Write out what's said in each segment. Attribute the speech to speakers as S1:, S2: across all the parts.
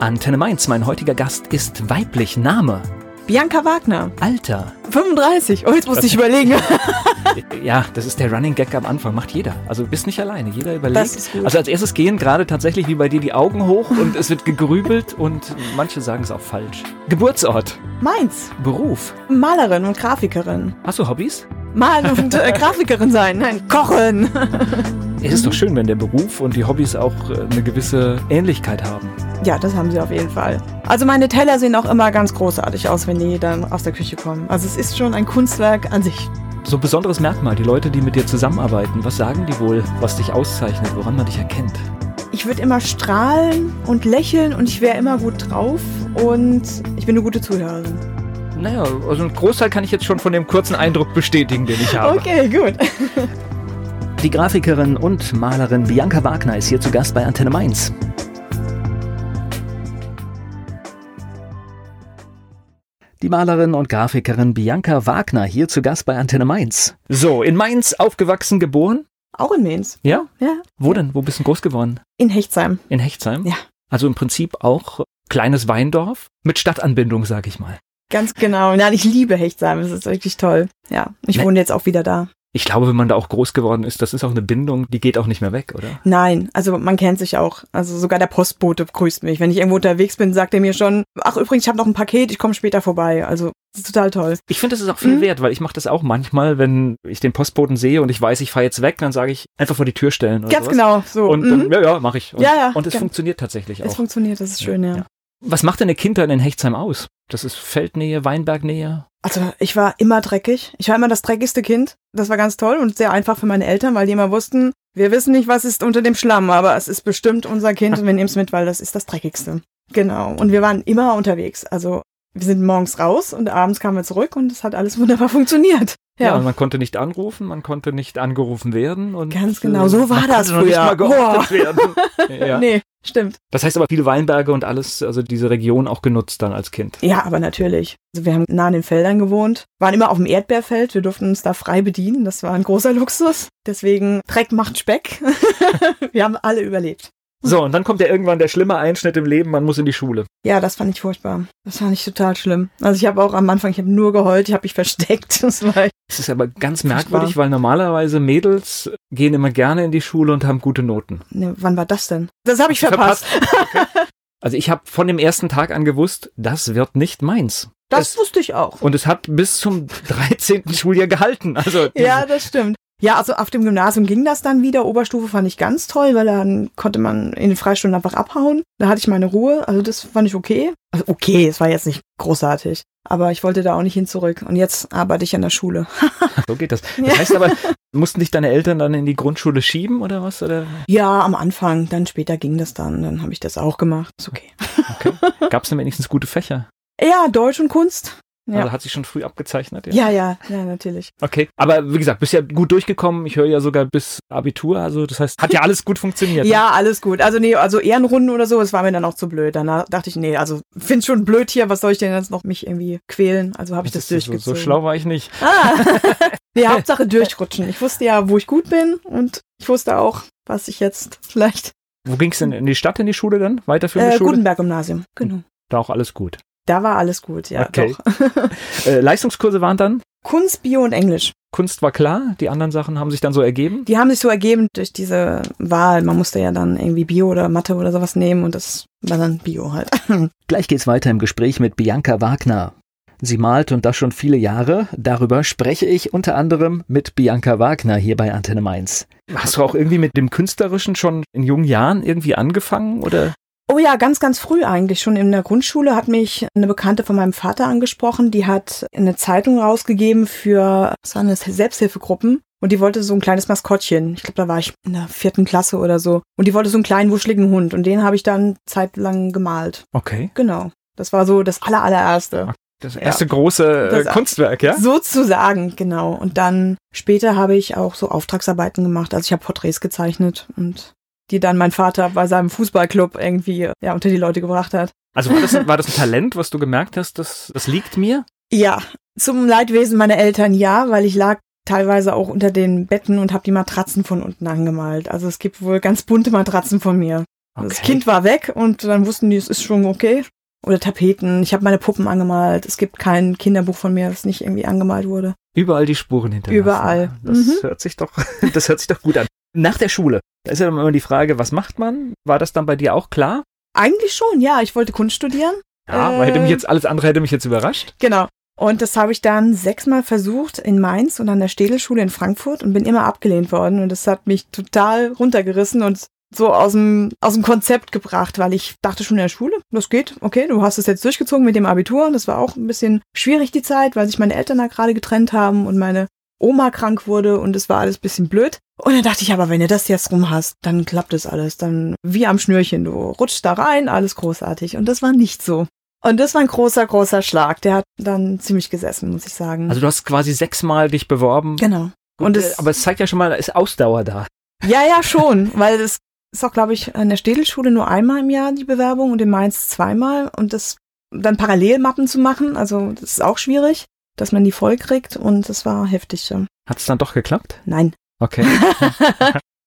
S1: Antenne Mainz, mein heutiger Gast ist weiblich. Name,
S2: Bianca Wagner,
S1: Alter.
S2: 35. Oh, jetzt musste ich überlegen.
S1: Ja, das ist der Running Gag am Anfang. Macht jeder. Also du bist nicht alleine. Jeder überlegt.
S2: Das ist gut.
S1: Also als erstes gehen gerade tatsächlich wie bei dir die Augen hoch und es wird gegrübelt und manche sagen es auch falsch. Geburtsort,
S2: Mainz,
S1: Beruf.
S2: Malerin und Grafikerin.
S1: Hast du Hobbys?
S2: Malen und äh, Grafikerin sein, nein, kochen.
S1: Es ist doch schön, wenn der Beruf und die Hobbys auch äh, eine gewisse Ähnlichkeit haben.
S2: Ja, das haben sie auf jeden Fall. Also meine Teller sehen auch immer ganz großartig aus, wenn die dann aus der Küche kommen. Also es ist schon ein Kunstwerk an sich.
S1: So ein besonderes Merkmal, die Leute, die mit dir zusammenarbeiten, was sagen die wohl, was dich auszeichnet, woran man dich erkennt?
S2: Ich würde immer strahlen und lächeln und ich wäre immer gut drauf und ich bin eine gute Zuhörerin.
S1: Naja, also einen Großteil kann ich jetzt schon von dem kurzen Eindruck bestätigen, den ich habe.
S2: Okay, gut.
S1: Die Grafikerin und Malerin Bianca Wagner ist hier zu Gast bei Antenne Mainz. Die Malerin und Grafikerin Bianca Wagner hier zu Gast bei Antenne Mainz. So, in Mainz aufgewachsen, geboren?
S2: Auch in Mainz.
S1: Ja.
S2: Ja.
S1: Wo denn? Wo bist du groß geworden?
S2: In Hechtsheim.
S1: In Hechtsheim?
S2: Ja.
S1: Also im Prinzip auch kleines Weindorf mit Stadtanbindung, sag ich mal.
S2: Ganz genau. Nein, ich liebe Hechtsheim. Es ist wirklich toll. Ja. Ich
S1: Ne-
S2: wohne jetzt auch wieder da.
S1: Ich glaube, wenn man da auch groß geworden ist, das ist auch eine Bindung, die geht auch nicht mehr weg, oder?
S2: Nein, also man kennt sich auch. Also sogar der Postbote grüßt mich. Wenn ich irgendwo unterwegs bin, sagt er mir schon, ach übrigens, ich habe noch ein Paket, ich komme später vorbei. Also das ist total toll.
S1: Ich finde, das ist auch viel
S2: Mhm.
S1: wert, weil ich mache das auch manchmal, wenn ich den Postboten sehe und ich weiß, ich fahre jetzt weg, dann sage ich einfach vor die Tür stellen. Oder
S2: Ganz
S1: sowas.
S2: genau, so.
S1: Und
S2: mhm.
S1: dann, ja, ja, mache ich. Und,
S2: Ja, ja,
S1: und es
S2: gern.
S1: funktioniert tatsächlich
S2: es
S1: auch.
S2: funktioniert, das ist schön, ja.
S1: Ja. Was macht denn eine Kindheit in Hechtsheim aus? Das ist Feldnähe, Weinbergnähe.
S2: Also ich war immer dreckig. Ich war immer das dreckigste Kind. Das war ganz toll und sehr einfach für meine Eltern, weil die immer wussten, wir wissen nicht, was ist unter dem Schlamm, aber es ist bestimmt unser Kind und wir nehmen es mit, weil das ist das dreckigste. Genau. Und wir waren immer unterwegs. Also wir sind morgens raus und abends kamen wir zurück und es hat alles wunderbar funktioniert.
S1: Ja. und man konnte nicht anrufen, man konnte nicht angerufen werden. Und, äh,
S2: Ganz genau, so war
S1: man
S2: das
S1: konnte noch nicht
S2: früher.
S1: mal geortet werden. ja.
S2: Nee, stimmt.
S1: Das heißt aber viele Weinberge und alles, also diese Region auch genutzt dann als Kind.
S2: Ja, aber natürlich. Also wir haben nah an den Feldern gewohnt, waren immer auf dem Erdbeerfeld, wir durften uns da frei bedienen, das war ein großer Luxus. Deswegen Dreck macht Speck. wir haben alle überlebt.
S1: So, und dann kommt ja irgendwann der schlimme Einschnitt im Leben, man muss in die Schule.
S2: Ja, das fand ich furchtbar. Das fand ich total schlimm. Also ich habe auch am Anfang, ich habe nur geheult, ich habe mich versteckt. Das war
S1: Es ist aber ganz merkwürdig, weil normalerweise Mädels gehen immer gerne in die Schule und haben gute Noten.
S2: ne, wann war das denn? Das habe ich verpasst.
S1: Also ich habe von dem ersten Tag an gewusst, das wird nicht meins.
S2: Das
S1: Es-
S2: wusste ich auch.
S1: Und es hat bis zum 13. Schuljahr gehalten. Also
S2: Ja, das stimmt. Ja, also auf dem Gymnasium ging das dann wieder. Oberstufe fand ich ganz toll, weil dann konnte man in den Freistunden einfach abhauen. Da hatte ich meine Ruhe. Also das fand ich okay. Also okay, es war jetzt nicht großartig. Aber ich wollte da auch nicht hin zurück. Und jetzt arbeite ich an der Schule.
S1: so geht das. Das
S2: Ja.
S1: heißt aber, mussten dich deine Eltern dann in die Grundschule schieben oder was? Oder
S2: Ja, am Anfang. Dann später ging das dann. Dann habe ich das auch gemacht. Ist okay.
S1: gab es denn wenigstens gute Fächer?
S2: Ja, Deutsch und Kunst. Ja.
S1: Also hat sich schon früh abgezeichnet.
S2: Ja, ja, ja, natürlich.
S1: Okay. Aber wie gesagt, bist ja gut durchgekommen. Ich höre ja sogar bis Abitur. Also das heißt, hat ja alles gut funktioniert. ne?
S2: Ja, alles gut. Also nee, also Ehrenrunden oder so, das war mir dann auch zu blöd. Danach dachte ich, nee, also find's schon blöd hier, was soll ich denn jetzt noch mich irgendwie quälen? Also habe ich das,
S1: ist so,
S2: durchgezogen.
S1: so schlau war ich nicht.
S2: Ah. nee, Hauptsache durchrutschen. Ich wusste ja, wo ich gut bin und ich wusste auch, was ich jetzt vielleicht
S1: Wo ging's denn in die Stadt, in die Schule dann? Weiterführende
S2: äh,
S1: Schule?
S2: Gutenberg Gymnasium. Genau.
S1: Da auch alles gut.
S2: Da war alles gut, ja,
S1: Okay.
S2: doch.
S1: Äh, Leistungskurse waren dann?
S2: Kunst, Bio und Englisch.
S1: Kunst war klar, die anderen Sachen haben sich dann so ergeben.
S2: Die haben sich so ergeben durch diese Wahl. Man musste ja dann irgendwie Bio oder Mathe oder sowas nehmen und das war dann Bio halt.
S1: Gleich geht's weiter im Gespräch mit Bianca Wagner. Sie malt und das schon viele Jahre. Darüber spreche ich unter anderem mit Bianca Wagner hier bei Antenne Mainz. Hast du auch irgendwie mit dem Künstlerischen schon in jungen Jahren irgendwie angefangen oder?
S2: Oh ja, ganz, ganz früh eigentlich. Schon in der Grundschule hat mich eine Bekannte von meinem Vater angesprochen. Die hat eine Zeitung rausgegeben für, was waren das, Selbsthilfegruppen. Und die wollte so ein kleines Maskottchen. Ich glaube, da war ich in der vierten Klasse oder so. Und die wollte so einen kleinen, wuscheligen Hund. Und den habe ich dann zeitlang gemalt.
S1: Okay.
S2: Genau. Das war so das aller, allererste.
S1: Das
S2: erste
S1: große
S2: äh, Das-
S1: Kunstwerk, ja?
S2: Sozusagen, genau. Und dann später habe ich auch so Auftragsarbeiten gemacht. Also ich habe Porträts gezeichnet und die dann mein Vater bei seinem Fußballclub irgendwie ja, unter die Leute gebracht hat.
S1: Also war das, war das ein Talent, was du gemerkt hast, das, das liegt mir?
S2: Ja, zum Leidwesen meiner Eltern ja, weil ich lag teilweise auch unter den Betten und habe die Matratzen von unten angemalt. Also es gibt wohl ganz bunte Matratzen von mir. Das Kind war weg und dann wussten die, es ist schon okay. Oder Tapeten. Ich habe meine Puppen angemalt. Es gibt kein Kinderbuch von mir, das nicht irgendwie angemalt wurde.
S3: Überall die Spuren hinterlassen.
S2: Überall.
S3: Das
S2: Mhm.
S3: hört sich doch, das hört sich doch gut an. Nach der Schule. Da ist ja immer die Frage, was macht man? War das dann bei dir auch klar?
S2: Eigentlich schon, ja. Ich wollte Kunst studieren.
S3: Ja, weil hätte mich
S2: Äh.
S3: jetzt alles andere hätte mich jetzt überrascht.
S2: Genau. Und das habe ich dann sechsmal versucht in Mainz und an der Städelschule in Frankfurt und bin immer abgelehnt worden. Und das hat mich total runtergerissen und so aus dem, aus dem Konzept gebracht, weil ich dachte schon in der Schule, das geht, okay, du hast es jetzt durchgezogen mit dem Abitur. Das war auch ein bisschen schwierig die Zeit, weil sich meine Eltern da gerade getrennt haben und meine Oma krank wurde und es war alles ein bisschen blöd. Und dann dachte ich, aber wenn du das jetzt rum hast, dann klappt das alles. Dann wie am Schnürchen, du rutschst da rein, alles großartig. Und das war nicht so. Und das war ein großer, großer Schlag. Der hat dann ziemlich gesessen, muss ich sagen.
S3: Also du hast quasi sechsmal dich beworben.
S2: genau. Und es,
S3: aber es zeigt ja schon mal, da ist Ausdauer da.
S2: ja, ja, schon, weil es ist auch, glaube ich, an der Städelschule nur einmal im Jahr die Bewerbung und in Mainz zweimal und das dann Parallelmappen zu machen, also das ist auch schwierig, dass man die voll kriegt und das war heftig. ja.
S3: Hat es dann doch geklappt?
S2: Nein,
S3: Okay.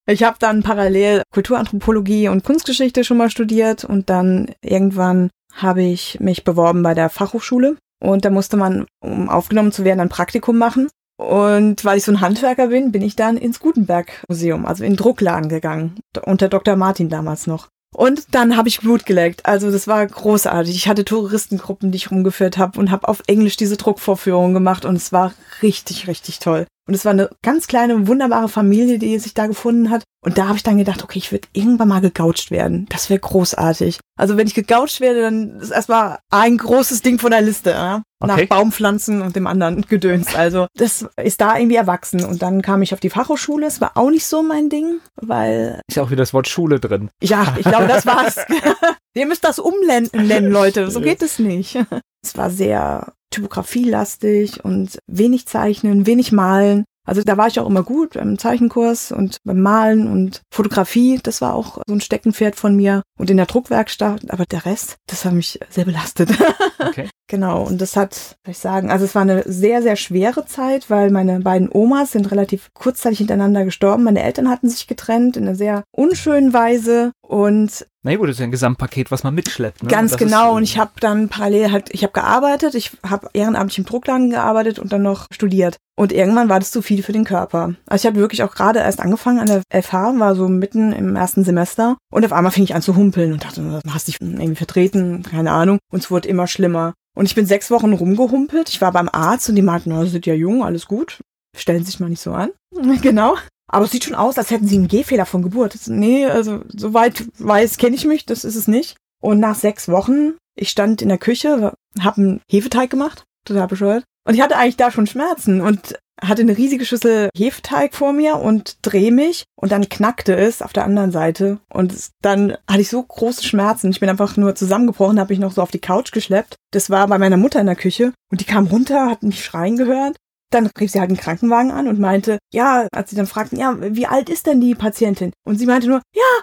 S2: ich habe dann parallel Kulturanthropologie und Kunstgeschichte schon mal studiert und dann irgendwann habe ich mich beworben bei der Fachhochschule und da musste man, um aufgenommen zu werden, ein Praktikum machen. Und weil ich so ein Handwerker bin, bin ich dann ins Gutenberg Museum, also in den Druckladen gegangen, d- unter Dr. Martin damals noch. Und dann habe ich Blut geleckt. Also das war großartig. Ich hatte Touristengruppen, die ich rumgeführt habe und habe auf Englisch diese Druckvorführung gemacht und es war richtig, richtig toll. Und es war eine ganz kleine, wunderbare Familie, die sich da gefunden hat. Und da habe ich dann gedacht, okay, ich würde irgendwann mal gegoucht werden. Das wäre großartig. Also wenn ich gegoucht werde, dann ist erstmal ein großes Ding von der Liste. Ja?
S3: Okay.
S2: Nach Baumpflanzen und dem anderen Gedöns. Also das ist da irgendwie erwachsen. Und dann kam ich auf die Fachhochschule. Es war auch nicht so mein Ding, weil
S3: Ist ja auch wieder das Wort Schule drin.
S2: ja, ich glaube, das war's. Ihr müsst das umlenden, nennen, Leute. So geht es nicht. Es war sehr typografielastig und wenig zeichnen, wenig malen. Also da war ich auch immer gut beim Zeichenkurs und beim Malen und Fotografie. Das war auch so ein Steckenpferd von mir und in der Druckwerkstatt. Aber der Rest, das hat mich sehr belastet.
S3: Okay.
S2: Genau, und das hat, soll ich sagen, also es war eine sehr, sehr schwere Zeit, weil meine beiden Omas sind relativ kurzzeitig hintereinander gestorben. Meine Eltern hatten sich getrennt in einer sehr unschönen Weise und
S3: Na gut, das ist ja ein Gesamtpaket, was man mitschleppt. Ne?
S2: ganz
S3: Das
S2: genau.
S3: ist-
S2: und ich habe dann parallel halt, ich habe gearbeitet, ich habe ehrenamtlich im Druckladen gearbeitet und dann noch studiert. Und irgendwann war das zu viel für den Körper. Also ich habe wirklich auch gerade erst angefangen an der FH, war so mitten im ersten Semester und auf einmal fing ich an zu humpeln und dachte, hast dich irgendwie vertreten, keine Ahnung. Und es wurde immer schlimmer. Und ich bin sechs Wochen rumgehumpelt. Ich war beim Arzt und die meinten, na, sie sind ja jung, alles gut. Stellen Sie sich mal nicht so an. genau. Aber es sieht schon aus, als hätten sie einen Gehfehler von Geburt. Das, nee, also soweit weiß, kenne ich mich, das ist es nicht. Und nach sechs Wochen, ich stand in der Küche, habe einen Hefeteig gemacht, total bescheuert. Und ich hatte eigentlich da schon Schmerzen und hatte eine riesige Schüssel Hefeteig vor mir und drehe mich und dann knackte es auf der anderen Seite und es, dann hatte ich so große Schmerzen. Ich bin einfach nur zusammengebrochen, habe mich noch so auf die Couch geschleppt. Das war bei meiner Mutter in der Küche und die kam runter, hat mich schreien gehört. Dann rief sie halt einen Krankenwagen an und meinte, ja, als sie dann fragten, ja, wie alt ist denn die Patientin? Und sie meinte nur, ja,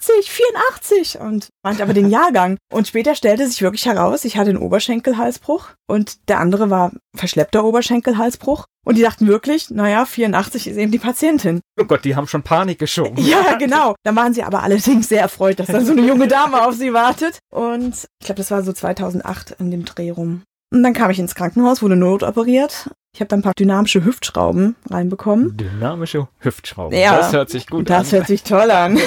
S2: 84, 84 und meinte aber den Jahrgang. Und später stellte sich wirklich heraus, ich hatte einen Oberschenkelhalsbruch und der andere war verschleppter Oberschenkelhalsbruch. Und die dachten wirklich, naja, 84 ist eben die Patientin.
S3: Oh Gott, die haben schon Panik geschoben.
S2: Ja, genau. Da waren sie aber allerdings sehr erfreut, dass da so eine junge Dame auf sie wartet. Und ich glaube, das war so 2008 in dem Dreh rum. Und dann kam ich ins Krankenhaus, wurde notoperiert. Ich habe dann ein paar dynamische Hüftschrauben reinbekommen.
S3: Dynamische Hüftschrauben.
S2: Ja.
S3: Das hört sich gut
S2: Das
S3: an.
S2: hört sich toll an.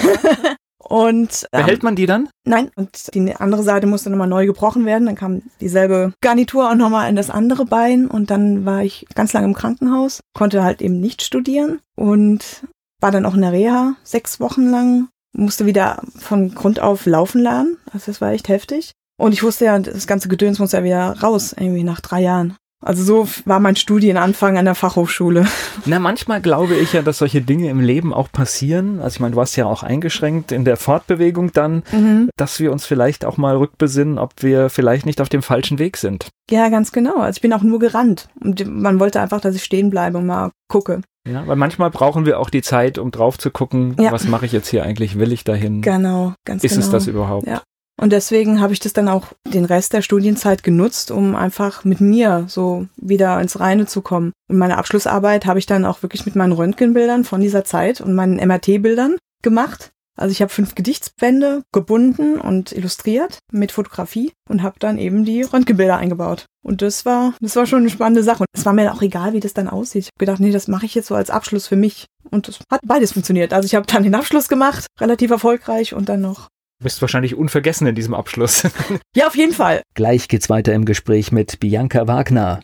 S2: Und ähm,
S3: Behält man die dann?
S2: Nein, und die ne-, andere Seite musste nochmal neu gebrochen werden. Dann kam dieselbe Garnitur auch nochmal in das andere Bein. Und dann war ich ganz lange im Krankenhaus, konnte halt eben nicht studieren und war dann auch in der Reha sechs Wochen lang, musste wieder von Grund auf laufen lernen. Also das war echt heftig. Und ich wusste ja, das ganze Gedöns muss ja wieder raus, irgendwie nach drei Jahren. Also so war mein Studienanfang an der Fachhochschule.
S3: Na, manchmal glaube ich ja, dass solche Dinge im Leben auch passieren. Also ich meine, du warst ja auch eingeschränkt in der Fortbewegung dann, dass wir uns vielleicht auch mal rückbesinnen, ob wir vielleicht nicht auf dem falschen Weg sind.
S2: Ja, ganz genau. Also ich bin auch nur gerannt. Und man wollte einfach, dass ich stehen bleibe und mal gucke.
S3: Ja, weil manchmal brauchen wir auch die Zeit, um drauf zu gucken,
S2: Ja.
S3: was mache ich jetzt hier eigentlich? Will ich dahin?
S2: Genau, ganz
S3: Ist
S2: genau.
S3: es das überhaupt?
S2: Ja. Und deswegen habe ich das dann auch den Rest der Studienzeit genutzt, um einfach mit mir so wieder ins Reine zu kommen. Und meine Abschlussarbeit habe ich dann auch wirklich mit meinen Röntgenbildern von dieser Zeit und meinen MRT-Bildern gemacht. Also ich habe fünf Gedichtsbände gebunden und illustriert mit Fotografie und habe dann eben die Röntgenbilder eingebaut. Und das war, das war schon eine spannende Sache. Und es war mir auch egal, wie das dann aussieht. Ich habe gedacht, nee, das mache ich jetzt so als Abschluss für mich. Und das hat beides funktioniert. Also ich habe dann den Abschluss gemacht, relativ erfolgreich und dann noch.
S1: Du bist wahrscheinlich unvergessen in diesem Abschluss.
S2: Ja, auf jeden Fall.
S3: Gleich geht's weiter im Gespräch mit Bianca Wagner.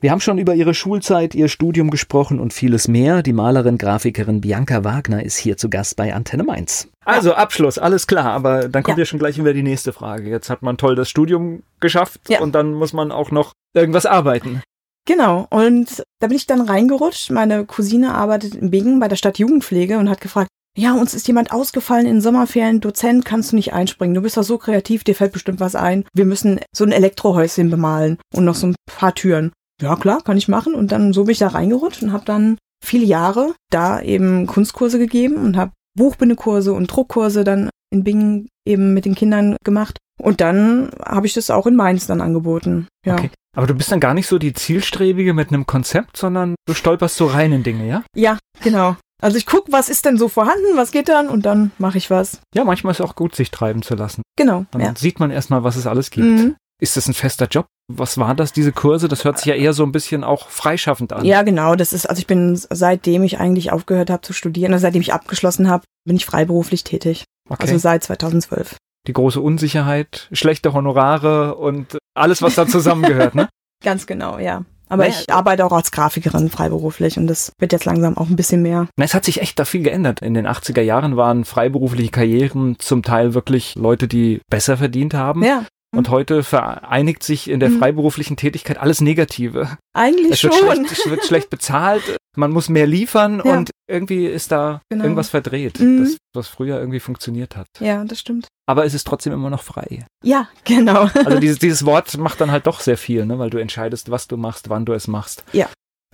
S3: Wir haben schon über ihre Schulzeit, ihr Studium gesprochen und vieles mehr. Die Malerin, Grafikerin Bianca Wagner ist hier zu Gast bei Antenne Mainz.
S1: Also Abschluss, alles klar, aber dann kommt ja,
S2: Ja.
S1: schon gleich wieder die nächste Frage. Jetzt hat man toll das Studium geschafft
S2: Ja.
S1: und dann muss man auch noch irgendwas arbeiten.
S2: Genau, und da bin ich dann reingerutscht. Meine Cousine arbeitet in Bingen bei der Stadt Jugendpflege und hat gefragt, ja, uns ist jemand ausgefallen in Sommerferien, Dozent, kannst du nicht einspringen. Du bist doch so kreativ, dir fällt bestimmt was ein. Wir müssen so ein Elektrohäuschen bemalen und noch so ein paar Türen. Ja, klar, kann ich machen. Und dann so bin ich da reingerutscht und habe dann viele Jahre da eben Kunstkurse gegeben und habe Buchbindekurse und Druckkurse dann in Bingen eben mit den Kindern gemacht. Und dann habe ich das auch in Mainz dann angeboten. Ja.
S1: Okay. Aber du bist dann gar nicht so die Zielstrebige mit einem Konzept, sondern du stolperst so rein in Dinge, ja?
S2: Ja, genau. Also ich guck, was ist denn so vorhanden, was geht dann und dann mache ich was.
S1: Ja, manchmal ist es auch gut, sich treiben zu lassen.
S2: Genau.
S1: Dann
S2: Ja.
S1: sieht man erstmal, was es alles gibt.
S2: Mhm.
S1: Ist das ein fester Job? Was war das, diese Kurse? Das hört sich ja eher so ein bisschen auch freischaffend an.
S2: ja, genau. Das ist, also ich bin, seitdem ich eigentlich aufgehört habe zu studieren, also seitdem ich abgeschlossen habe, bin ich freiberuflich tätig.
S1: okay.
S2: Also seit 2012.
S1: die große Unsicherheit, schlechte Honorare und alles, was da zusammengehört, ne?
S2: Ganz genau, ja. Aber
S1: Naja,
S2: ich arbeite auch als Grafikerin freiberuflich und das wird jetzt langsam auch ein bisschen mehr.
S1: Na, es hat sich echt da viel geändert. In den 80er Jahren waren freiberufliche Karrieren zum Teil wirklich Leute, die besser verdient haben.
S2: Ja,
S1: Und heute vereinigt sich in der
S2: Mhm.
S1: freiberuflichen Tätigkeit alles Negative.
S2: eigentlich
S1: es, wird
S2: schon.
S1: schlecht, es wird schlecht bezahlt, man muss mehr liefern
S2: Ja.
S1: und irgendwie ist da
S2: Genau.
S1: irgendwas verdreht,
S2: Mhm.
S1: das, was früher irgendwie funktioniert hat.
S2: Ja, das stimmt.
S1: Aber es ist trotzdem immer noch frei.
S2: Ja, genau.
S1: Also dieses, dieses Wort macht dann halt doch sehr viel, ne? weil du entscheidest, was du machst, wann du es machst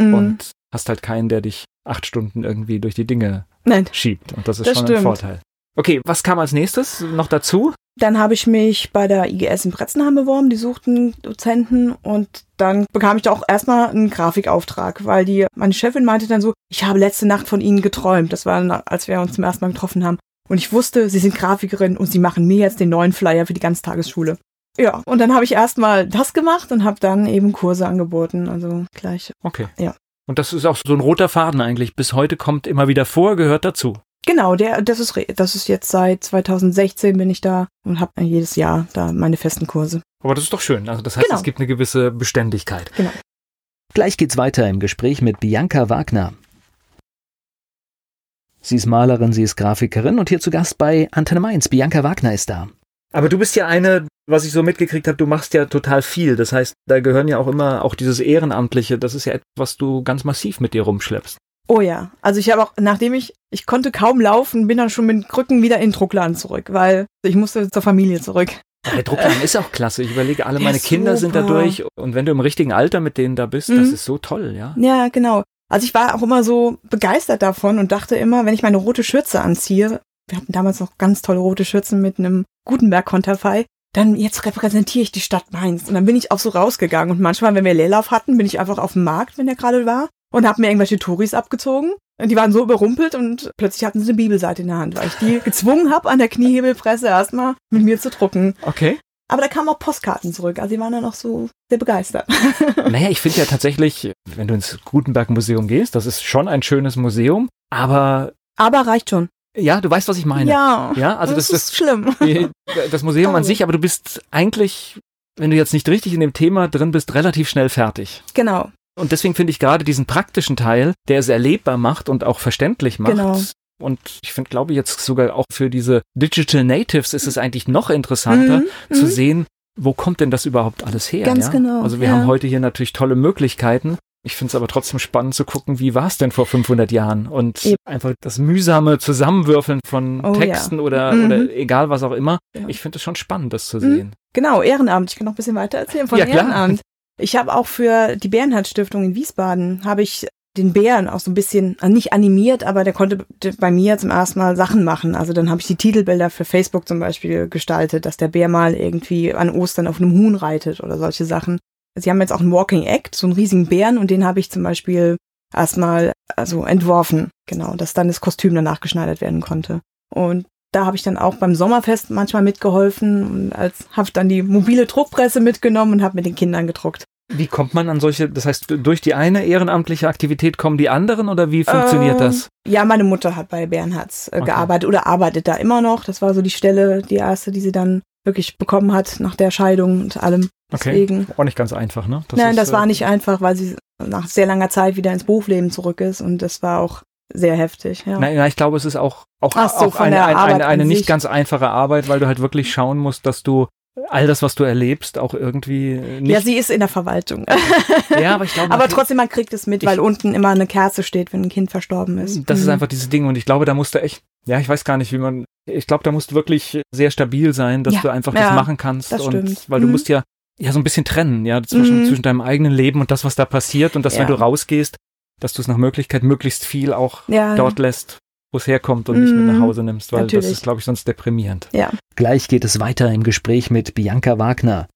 S2: Mhm.
S1: und hast halt keinen, der dich acht Stunden irgendwie durch die Dinge
S2: Nein.
S1: schiebt. Und das ist
S2: Das
S1: schon ein
S2: stimmt.
S1: Vorteil. Okay, was kam als nächstes noch dazu?
S2: Dann habe ich mich bei der IGS in Bretzenheim beworben, die suchten Dozenten und dann bekam ich da auch erstmal einen Grafikauftrag, weil die, meine Chefin meinte dann so, ich habe letzte Nacht von ihnen geträumt. Das war, na- als wir uns zum ersten Mal getroffen haben. Und ich wusste, sie sind Grafikerin und sie machen mir jetzt den neuen Flyer für die Ganztagesschule. Ja, und dann habe ich erstmal das gemacht und habe dann eben Kurse angeboten, also gleich.
S1: Okay.
S2: Ja.
S1: Und das ist auch so ein roter Faden eigentlich. Bis heute kommt immer wieder vor, gehört dazu.
S2: Genau, der, das ist, re- das ist jetzt seit 2016 bin ich da und habe jedes Jahr da meine festen Kurse.
S1: Aber das ist doch schön. Also das heißt,
S2: Genau.
S1: es gibt eine gewisse Beständigkeit.
S3: Gleich geht's weiter im Gespräch mit Bianca Wagner. Sie ist Malerin, sie ist Grafikerin und hier zu Gast bei Antenne Mainz. Bianca Wagner ist da.
S1: Aber du bist ja eine, was ich so mitgekriegt habe, du machst ja total viel. Das heißt, da gehören ja auch immer auch dieses Ehrenamtliche. Das ist ja etwas, was du ganz massiv mit dir rumschleppst.
S2: Oh ja, also ich habe auch, nachdem ich, ich konnte kaum laufen, bin dann schon mit Krücken wieder in den Druckladen zurück, weil ich musste zur Familie zurück.
S1: Der Druckladen ist auch klasse. Ich überlege, alle
S2: Ja,
S1: meine Kinder sind da
S2: super.
S1: durch. Und wenn du im richtigen Alter mit denen da bist, das
S2: Mhm.
S1: ist so toll, ja.
S2: Ja, genau. Also ich war auch immer so begeistert davon und dachte immer, wenn ich meine rote Schürze anziehe, wir hatten damals noch ganz tolle rote Schürzen mit einem Gutenberg-Konterfei, dann jetzt repräsentiere ich die Stadt Mainz. Und dann bin ich auch so rausgegangen. Und manchmal, wenn wir Leerlauf hatten, bin ich einfach auf dem Markt, wenn der gerade war, und habe mir irgendwelche Touris abgezogen. Und die waren so überrumpelt und plötzlich hatten sie eine Bibelseite in der Hand, weil ich die gezwungen habe, an der Kniehebelpresse erstmal mit mir zu drucken.
S1: Okay.
S2: Aber da kamen auch Postkarten zurück. Also die waren dann auch so sehr begeistert.
S1: Naja, ich finde ja tatsächlich, wenn du ins Gutenberg-Museum gehst, das ist schon ein schönes Museum, aber
S2: Aber reicht schon.
S1: ja, du weißt, was ich meine.
S2: Ja.
S1: ja also das,
S2: ist
S1: das,
S2: schlimm.
S1: das Museum an sich, aber du bist eigentlich, wenn du jetzt nicht richtig in dem Thema drin bist, relativ schnell fertig.
S2: Genau.
S1: Und deswegen finde ich gerade diesen praktischen Teil, der es erlebbar macht und auch verständlich macht.
S2: Genau.
S1: Und ich finde, glaube jetzt sogar auch für diese Digital Natives ist es eigentlich noch interessanter,
S2: Mhm,
S1: zu
S2: mhm.
S1: sehen, wo kommt denn das überhaupt alles her?
S2: Ganz
S1: ja?
S2: genau,
S1: Also wir
S2: ja.
S1: haben heute hier natürlich tolle Möglichkeiten. Ich finde es aber trotzdem spannend zu gucken, wie war es denn vor 500 Jahren und
S2: Eben.
S1: einfach das mühsame Zusammenwürfeln von
S2: Oh ja.
S1: Texten oder,
S2: Mhm.
S1: oder egal was auch immer.
S2: Ja.
S1: Ich finde es schon spannend, das zu
S2: Mhm.
S1: sehen.
S2: Genau, Ehrenamt. Ich kann noch ein bisschen weiter erzählen von
S1: Ja, klar.
S2: Ehrenamt. Ich habe auch für die Bärenhardt-Stiftung in Wiesbaden, habe ich den Bären auch so ein bisschen, also nicht animiert, aber der konnte b- bei mir zum ersten Mal Sachen machen. Also dann habe ich die Titelbilder für Facebook zum Beispiel gestaltet, dass der Bär mal irgendwie an Ostern auf einem Huhn reitet oder solche Sachen. Sie haben jetzt auch einen Walking Act, so einen riesigen Bären und den habe ich zum Beispiel erstmal also entworfen, genau, dass dann das Kostüm danach geschneidert werden konnte. Und da habe ich dann auch beim Sommerfest manchmal mitgeholfen und als habe dann die mobile Druckpresse mitgenommen und habe mit den Kindern gedruckt.
S1: Wie kommt man an solche, das heißt, durch die eine ehrenamtliche Aktivität kommen die anderen oder wie funktioniert
S2: Ähm,
S1: das?
S2: Ja, meine Mutter hat bei Bernhards äh,
S1: Okay.
S2: gearbeitet oder arbeitet da immer noch. Das war so die Stelle, die erste, die sie dann wirklich bekommen hat nach der Scheidung und allem.
S1: Okay.
S2: Deswegen.
S1: Auch nicht ganz einfach, ne?
S2: Nein,
S1: ist,
S2: das
S1: äh,
S2: war nicht einfach, weil sie nach sehr langer Zeit wieder ins Berufsleben zurück ist und das war auch sehr heftig. Ja.
S1: Nein, nein, ich glaube, es ist auch, auch,
S2: Ach so,
S1: auch
S2: von
S1: eine,
S2: der
S1: eine,
S2: Arbeit
S1: eine, eine
S2: an
S1: nicht
S2: sich.
S1: ganz einfache Arbeit, weil du halt wirklich schauen musst, dass du all das, was du erlebst, auch irgendwie äh,
S2: ja,
S1: nicht.
S2: sie ist in der Verwaltung.
S1: Ja, aber ich glaube,
S2: Aber
S1: natürlich-
S2: trotzdem, man kriegt es mit,
S1: Ich-
S2: weil unten immer eine Kerze steht, wenn ein Kind verstorben ist.
S1: Das ist
S2: Mhm.
S1: einfach dieses Ding und ich glaube, da musst du echt, ja, ich weiß gar nicht, wie man, ich glaube, da musst du wirklich sehr stabil sein, dass
S2: Ja,
S1: du einfach
S2: ja,
S1: das machen kannst
S2: das
S1: und
S2: stimmt.
S1: weil du
S2: Mhm.
S1: musst ja ja so ein bisschen trennen, ja, zwischen
S2: Mhm.
S1: zwischen deinem eigenen Leben und das, was da passiert und dass wenn
S2: Ja.
S1: du rausgehst, dass du es nach Möglichkeit möglichst viel auch
S2: Ah, ja,
S1: dort lässt, wo es herkommt und nicht mit
S2: Mhm.
S1: nach Hause nimmst, weil das
S2: Natürlich.
S1: ist glaube ich sonst deprimierend.
S3: Gleich geht es weiter im Gespräch mit Bianca Wagner.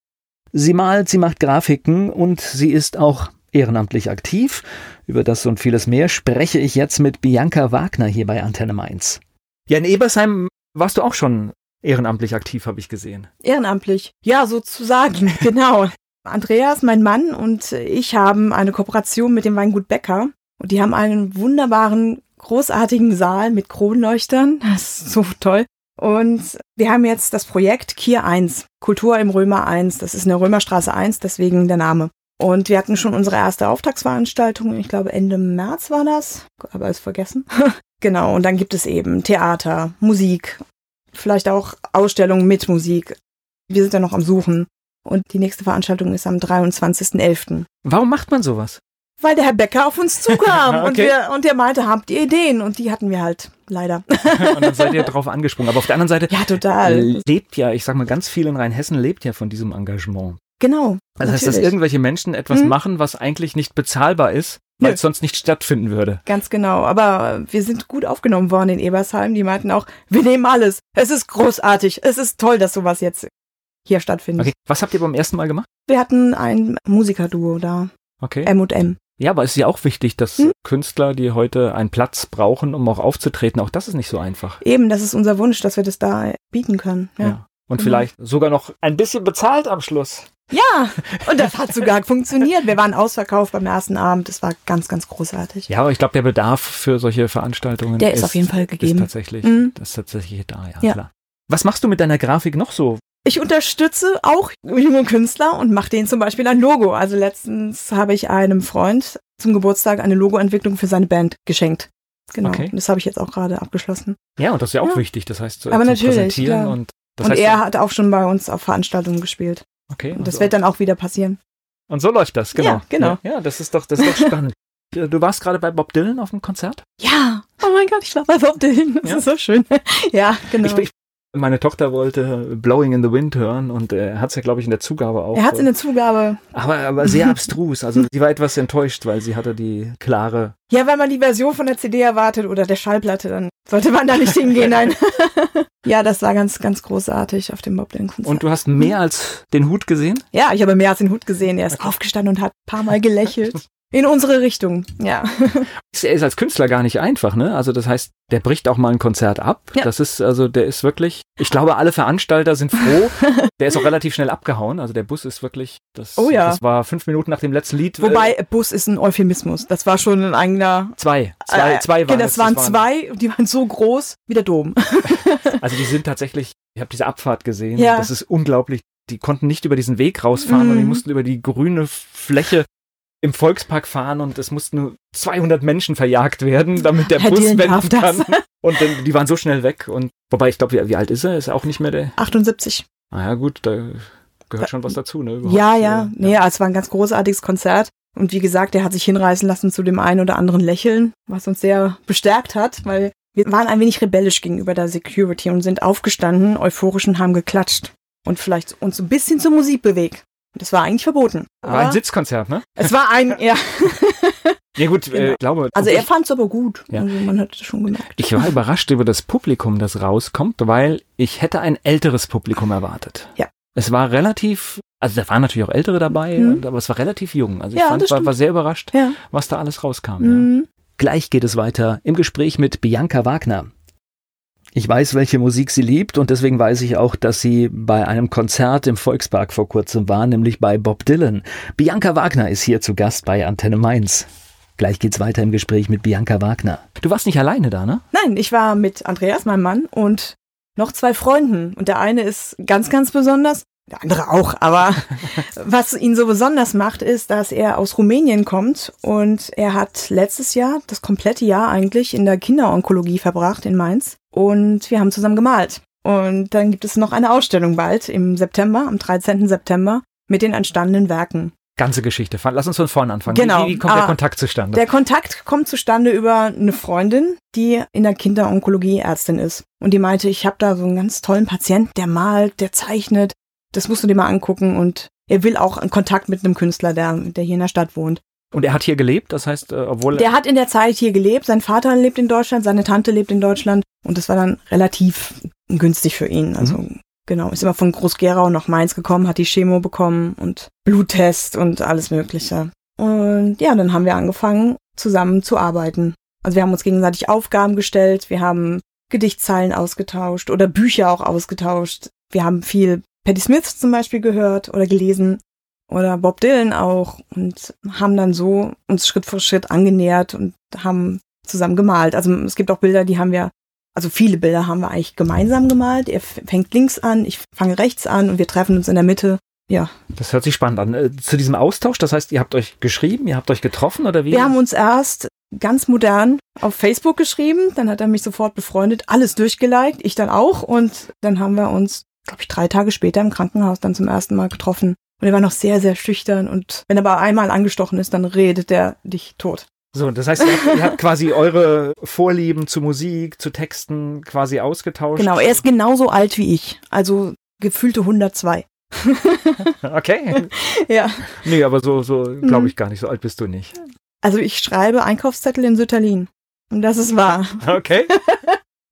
S3: Sie malt, sie macht Grafiken und sie ist auch ehrenamtlich aktiv. Über das und vieles mehr spreche ich jetzt mit Bianca Wagner hier bei Antenne Mainz.
S1: Ja, in Ebersheim warst du auch schon ehrenamtlich aktiv, habe ich gesehen.
S2: ehrenamtlich. Ja, sozusagen, genau. Andreas, mein Mann und ich haben eine Kooperation mit dem Weingut Becker und die haben einen wunderbaren, großartigen Saal mit Kronleuchtern. Das ist so toll. Und wir haben jetzt das Projekt Kier 1, Kultur im Römer 1. Das ist in der Römerstraße 1, deswegen der Name. Und wir hatten schon unsere erste Auftragsveranstaltung, ich glaube Ende März war das, aber alles vergessen. genau, und dann gibt es eben Theater, Musik, vielleicht auch Ausstellungen mit Musik. Wir sind ja noch am Suchen. Und die nächste Veranstaltung ist am 23.11.
S1: Warum macht man sowas?
S2: Weil der Herr Becker auf uns zukam und,
S1: Okay.
S2: wir, und der meinte, habt ihr Ideen? Und die hatten wir halt, leider.
S1: Und dann seid ihr drauf angesprungen. Aber auf der anderen Seite
S2: Ja, total.
S1: lebt ja, ich sag mal, ganz viel in Rheinhessen lebt ja von diesem Engagement.
S2: Genau.
S1: Also heißt, dass
S2: Natürlich.
S1: irgendwelche Menschen etwas
S2: Mhm.
S1: machen, was eigentlich nicht bezahlbar ist, weil
S2: Nö.
S1: es sonst nicht stattfinden würde.
S2: Ganz genau. Aber wir sind gut aufgenommen worden in Ebersheim. Die meinten auch, wir nehmen alles. Es ist großartig. Es ist toll, dass sowas jetzt hier stattfindet.
S1: Okay, was habt ihr beim ersten Mal gemacht?
S2: Wir hatten ein Musikerduo da,
S1: Okay.
S2: M und M.
S1: Ja, aber es ist ja auch wichtig, dass
S2: Mhm.
S1: Künstler, die heute einen Platz brauchen, um auch aufzutreten, auch das ist nicht so einfach.
S2: Eben, das ist unser Wunsch, dass wir das da bieten können. Ja.
S1: Und
S2: Mhm.
S1: vielleicht sogar noch ein bisschen bezahlt am Schluss.
S2: Ja, und das hat sogar funktioniert. Wir waren ausverkauft beim ersten Abend. Das war ganz, ganz großartig.
S1: Ja, aber ich glaube, der Bedarf für solche Veranstaltungen
S2: Der ist auf jeden Fall gegeben.
S1: Ist tatsächlich,
S2: Mhm.
S1: das ist tatsächlich da, ja,
S2: Ja.
S1: klar. Was machst du mit deiner Grafik noch so?
S2: Ich unterstütze auch junge Künstler und mache denen zum Beispiel ein Logo. Also letztens habe ich einem Freund zum Geburtstag eine Logoentwicklung für seine Band geschenkt. Genau.
S1: Okay.
S2: Und das habe ich jetzt auch gerade abgeschlossen.
S1: Ja, und das ist ja auch
S2: Ja.
S1: wichtig, das heißt, zu,
S2: Aber
S1: zu
S2: natürlich,
S1: präsentieren
S2: klar.
S1: und das
S2: und
S1: heißt,
S2: er hat auch schon bei uns auf Veranstaltungen gespielt.
S1: okay,
S2: Und das
S1: also-
S2: wird dann auch wieder passieren.
S1: Und so läuft das, genau.
S2: Ja, genau.
S1: Ja, ja, das ist doch, das ist doch spannend. Du warst gerade bei Bob Dylan auf dem Konzert?
S2: Ja. Oh mein Gott, ich war bei Bob Dylan. Das
S1: Ja.
S2: ist so schön. ja, genau.
S1: Ich, ich, meine Tochter wollte Blowing in the Wind hören und äh, er hat es ja, glaube ich, in der Zugabe auch.
S2: er hat
S1: äh,
S2: in der Zugabe.
S1: aber, aber sehr abstrus. Also sie war etwas enttäuscht, weil sie hatte die klare.
S2: Ja, wenn man die Version von der CD erwartet oder der Schallplatte, dann sollte man da nicht hingehen. Nein. ja, das war ganz, ganz großartig auf dem Bob Dylan Konzert.
S1: Und du hast mehr als den Hut gesehen?
S2: ja, ich habe mehr als den Hut gesehen. Er ist aufgestanden und hat ein paar Mal gelächelt. In unsere Richtung, ja.
S1: Ist- Er ist als Künstler gar nicht einfach, ne? Also das heißt, der bricht auch mal ein Konzert ab.
S2: Ja.
S1: Das ist, also der ist wirklich, ich glaube, alle Veranstalter sind froh. der ist auch relativ schnell abgehauen. Also der Bus ist wirklich, das,
S2: Oh ja.
S1: das war fünf Minuten nach dem letzten Lied. äh,
S2: Wobei, Bus ist ein Euphemismus. Das war schon ein eigener...
S1: Zwei. Zwei,
S2: äh,
S1: zwei waren
S2: genau,
S1: es,
S2: Das waren zwei, und die waren so groß wie der Dom.
S1: Also die sind tatsächlich, ich habe diese Abfahrt gesehen,
S2: Ja.
S1: das ist unglaublich. Die konnten nicht über diesen Weg rausfahren und die
S2: Mhm.
S1: mussten über die grüne Fläche im Volkspark fahren und es mussten 200 Menschen verjagt werden, damit der
S2: Herr
S1: Bus
S2: Dylan darf
S1: wenden
S2: das.
S1: kann. Und dann, die waren so schnell weg. Und wobei, ich glaube, wie, wie alt ist er? Ist er auch nicht mehr der?
S2: 78.
S1: Ah ja, gut, da gehört schon was dazu, ne? Überhaupt,
S2: Äh, Ja,
S1: äh,
S2: ja. Nee, es war ein ganz großartiges Konzert. Und wie gesagt, er hat sich hinreißen lassen zu dem einen oder anderen Lächeln, was uns sehr bestärkt hat, weil wir waren ein wenig rebellisch gegenüber der Security und sind aufgestanden, euphorisch und haben geklatscht. Und vielleicht uns ein bisschen zur Musik bewegt. Und Das war eigentlich verboten.
S1: War ein
S2: Aber
S1: Sitzkonzert, ne?
S2: es war ein, ja.
S1: Ja gut, äh,
S2: Genau.
S1: ich glaube.
S2: Also
S1: ich-
S2: er fand es aber gut.
S1: Ja.
S2: Also man hat es schon gemerkt.
S1: Ich war überrascht über das Publikum, das rauskommt, weil ich hätte ein älteres Publikum erwartet.
S2: Ja.
S1: Es war relativ, also da waren natürlich auch Ältere dabei,
S2: Mhm.
S1: aber es war relativ jung. Also ich
S2: Ja,
S1: fand,
S2: das
S1: war,
S2: stimmt.
S1: war sehr überrascht,
S2: Ja.
S1: was da alles rauskam.
S2: Mhm.
S3: Gleich geht es weiter im Gespräch mit Bianca Wagner. Ich weiß, welche Musik sie liebt und deswegen weiß ich auch, dass sie bei einem Konzert im Volkspark vor kurzem war, nämlich bei Bob Dylan. Bianca Wagner ist hier zu Gast bei Antenne Mainz. Gleich geht's weiter im Gespräch mit Bianca Wagner.
S1: Du warst nicht alleine da, ne?
S2: Nein, ich war mit Andreas, meinem Mann, und noch zwei Freunden. Und der eine ist ganz, ganz besonders. Der andere auch, aber was ihn so besonders macht, ist, dass er aus Rumänien kommt und er hat letztes Jahr, das komplette Jahr eigentlich, in der Kinderonkologie verbracht in Mainz und wir haben zusammen gemalt. Und dann gibt es noch eine Ausstellung bald im September, am 13. September, mit den entstandenen Werken.
S1: Ganze Geschichte. Lass uns von vorne anfangen.
S2: Genau.
S1: Wie, wie kommt
S2: Ah,
S1: der Kontakt zustande?
S2: Der Kontakt kommt zustande über eine Freundin, die in der Kinderonkologie Ärztin ist. Und die meinte, ich habe da so einen ganz tollen Patienten, der malt, der zeichnet. Das musst du dir mal angucken. Und er will auch einen Kontakt mit einem Künstler, der, der hier in der Stadt wohnt.
S1: und er hat hier gelebt, das heißt, äh, obwohl
S2: Der hat in der Zeit hier gelebt. Sein Vater lebt in Deutschland, seine Tante lebt in Deutschland. Und das war dann relativ günstig für ihn. Also, genau. Ist immer von Groß-Gerau nach Mainz gekommen, hat die Chemo bekommen und Bluttest und alles Mögliche. Und ja, dann haben wir angefangen, zusammen zu arbeiten. Also, wir haben uns gegenseitig Aufgaben gestellt. Wir haben Gedichtzeilen ausgetauscht oder Bücher auch ausgetauscht. Wir haben viel Patti Smith zum Beispiel gehört oder gelesen oder Bob Dylan auch und haben dann so uns Schritt für Schritt angenähert und haben zusammen gemalt. Also es gibt auch Bilder, die haben wir, also viele Bilder haben wir eigentlich gemeinsam gemalt. Er f- fängt links an, ich fange rechts an und wir treffen uns in der Mitte. Ja,
S1: das hört sich spannend an. Äh, Zu diesem Austausch, das heißt, ihr habt euch geschrieben, ihr habt euch getroffen oder wie?
S2: wir haben uns erst ganz modern auf Facebook geschrieben, dann hat er mich sofort befreundet, alles durchgeliked, ich dann auch und dann haben wir uns, glaube ich, drei Tage später im Krankenhaus dann zum ersten Mal getroffen. Und er war noch sehr, sehr schüchtern und wenn er aber einmal angestochen ist, dann redet er dich tot.
S1: so, das heißt, ihr habt, ihr habt quasi eure Vorlieben zu Musik, zu Texten quasi ausgetauscht.
S2: Genau, er ist genauso alt wie ich. Also gefühlte 102.
S1: Okay.
S2: Ja.
S1: Nee, aber so, so
S2: Mhm.
S1: glaube ich gar nicht. So alt bist du nicht.
S2: Also ich schreibe Einkaufszettel in Sütterlin. Und das ist wahr.
S1: Okay.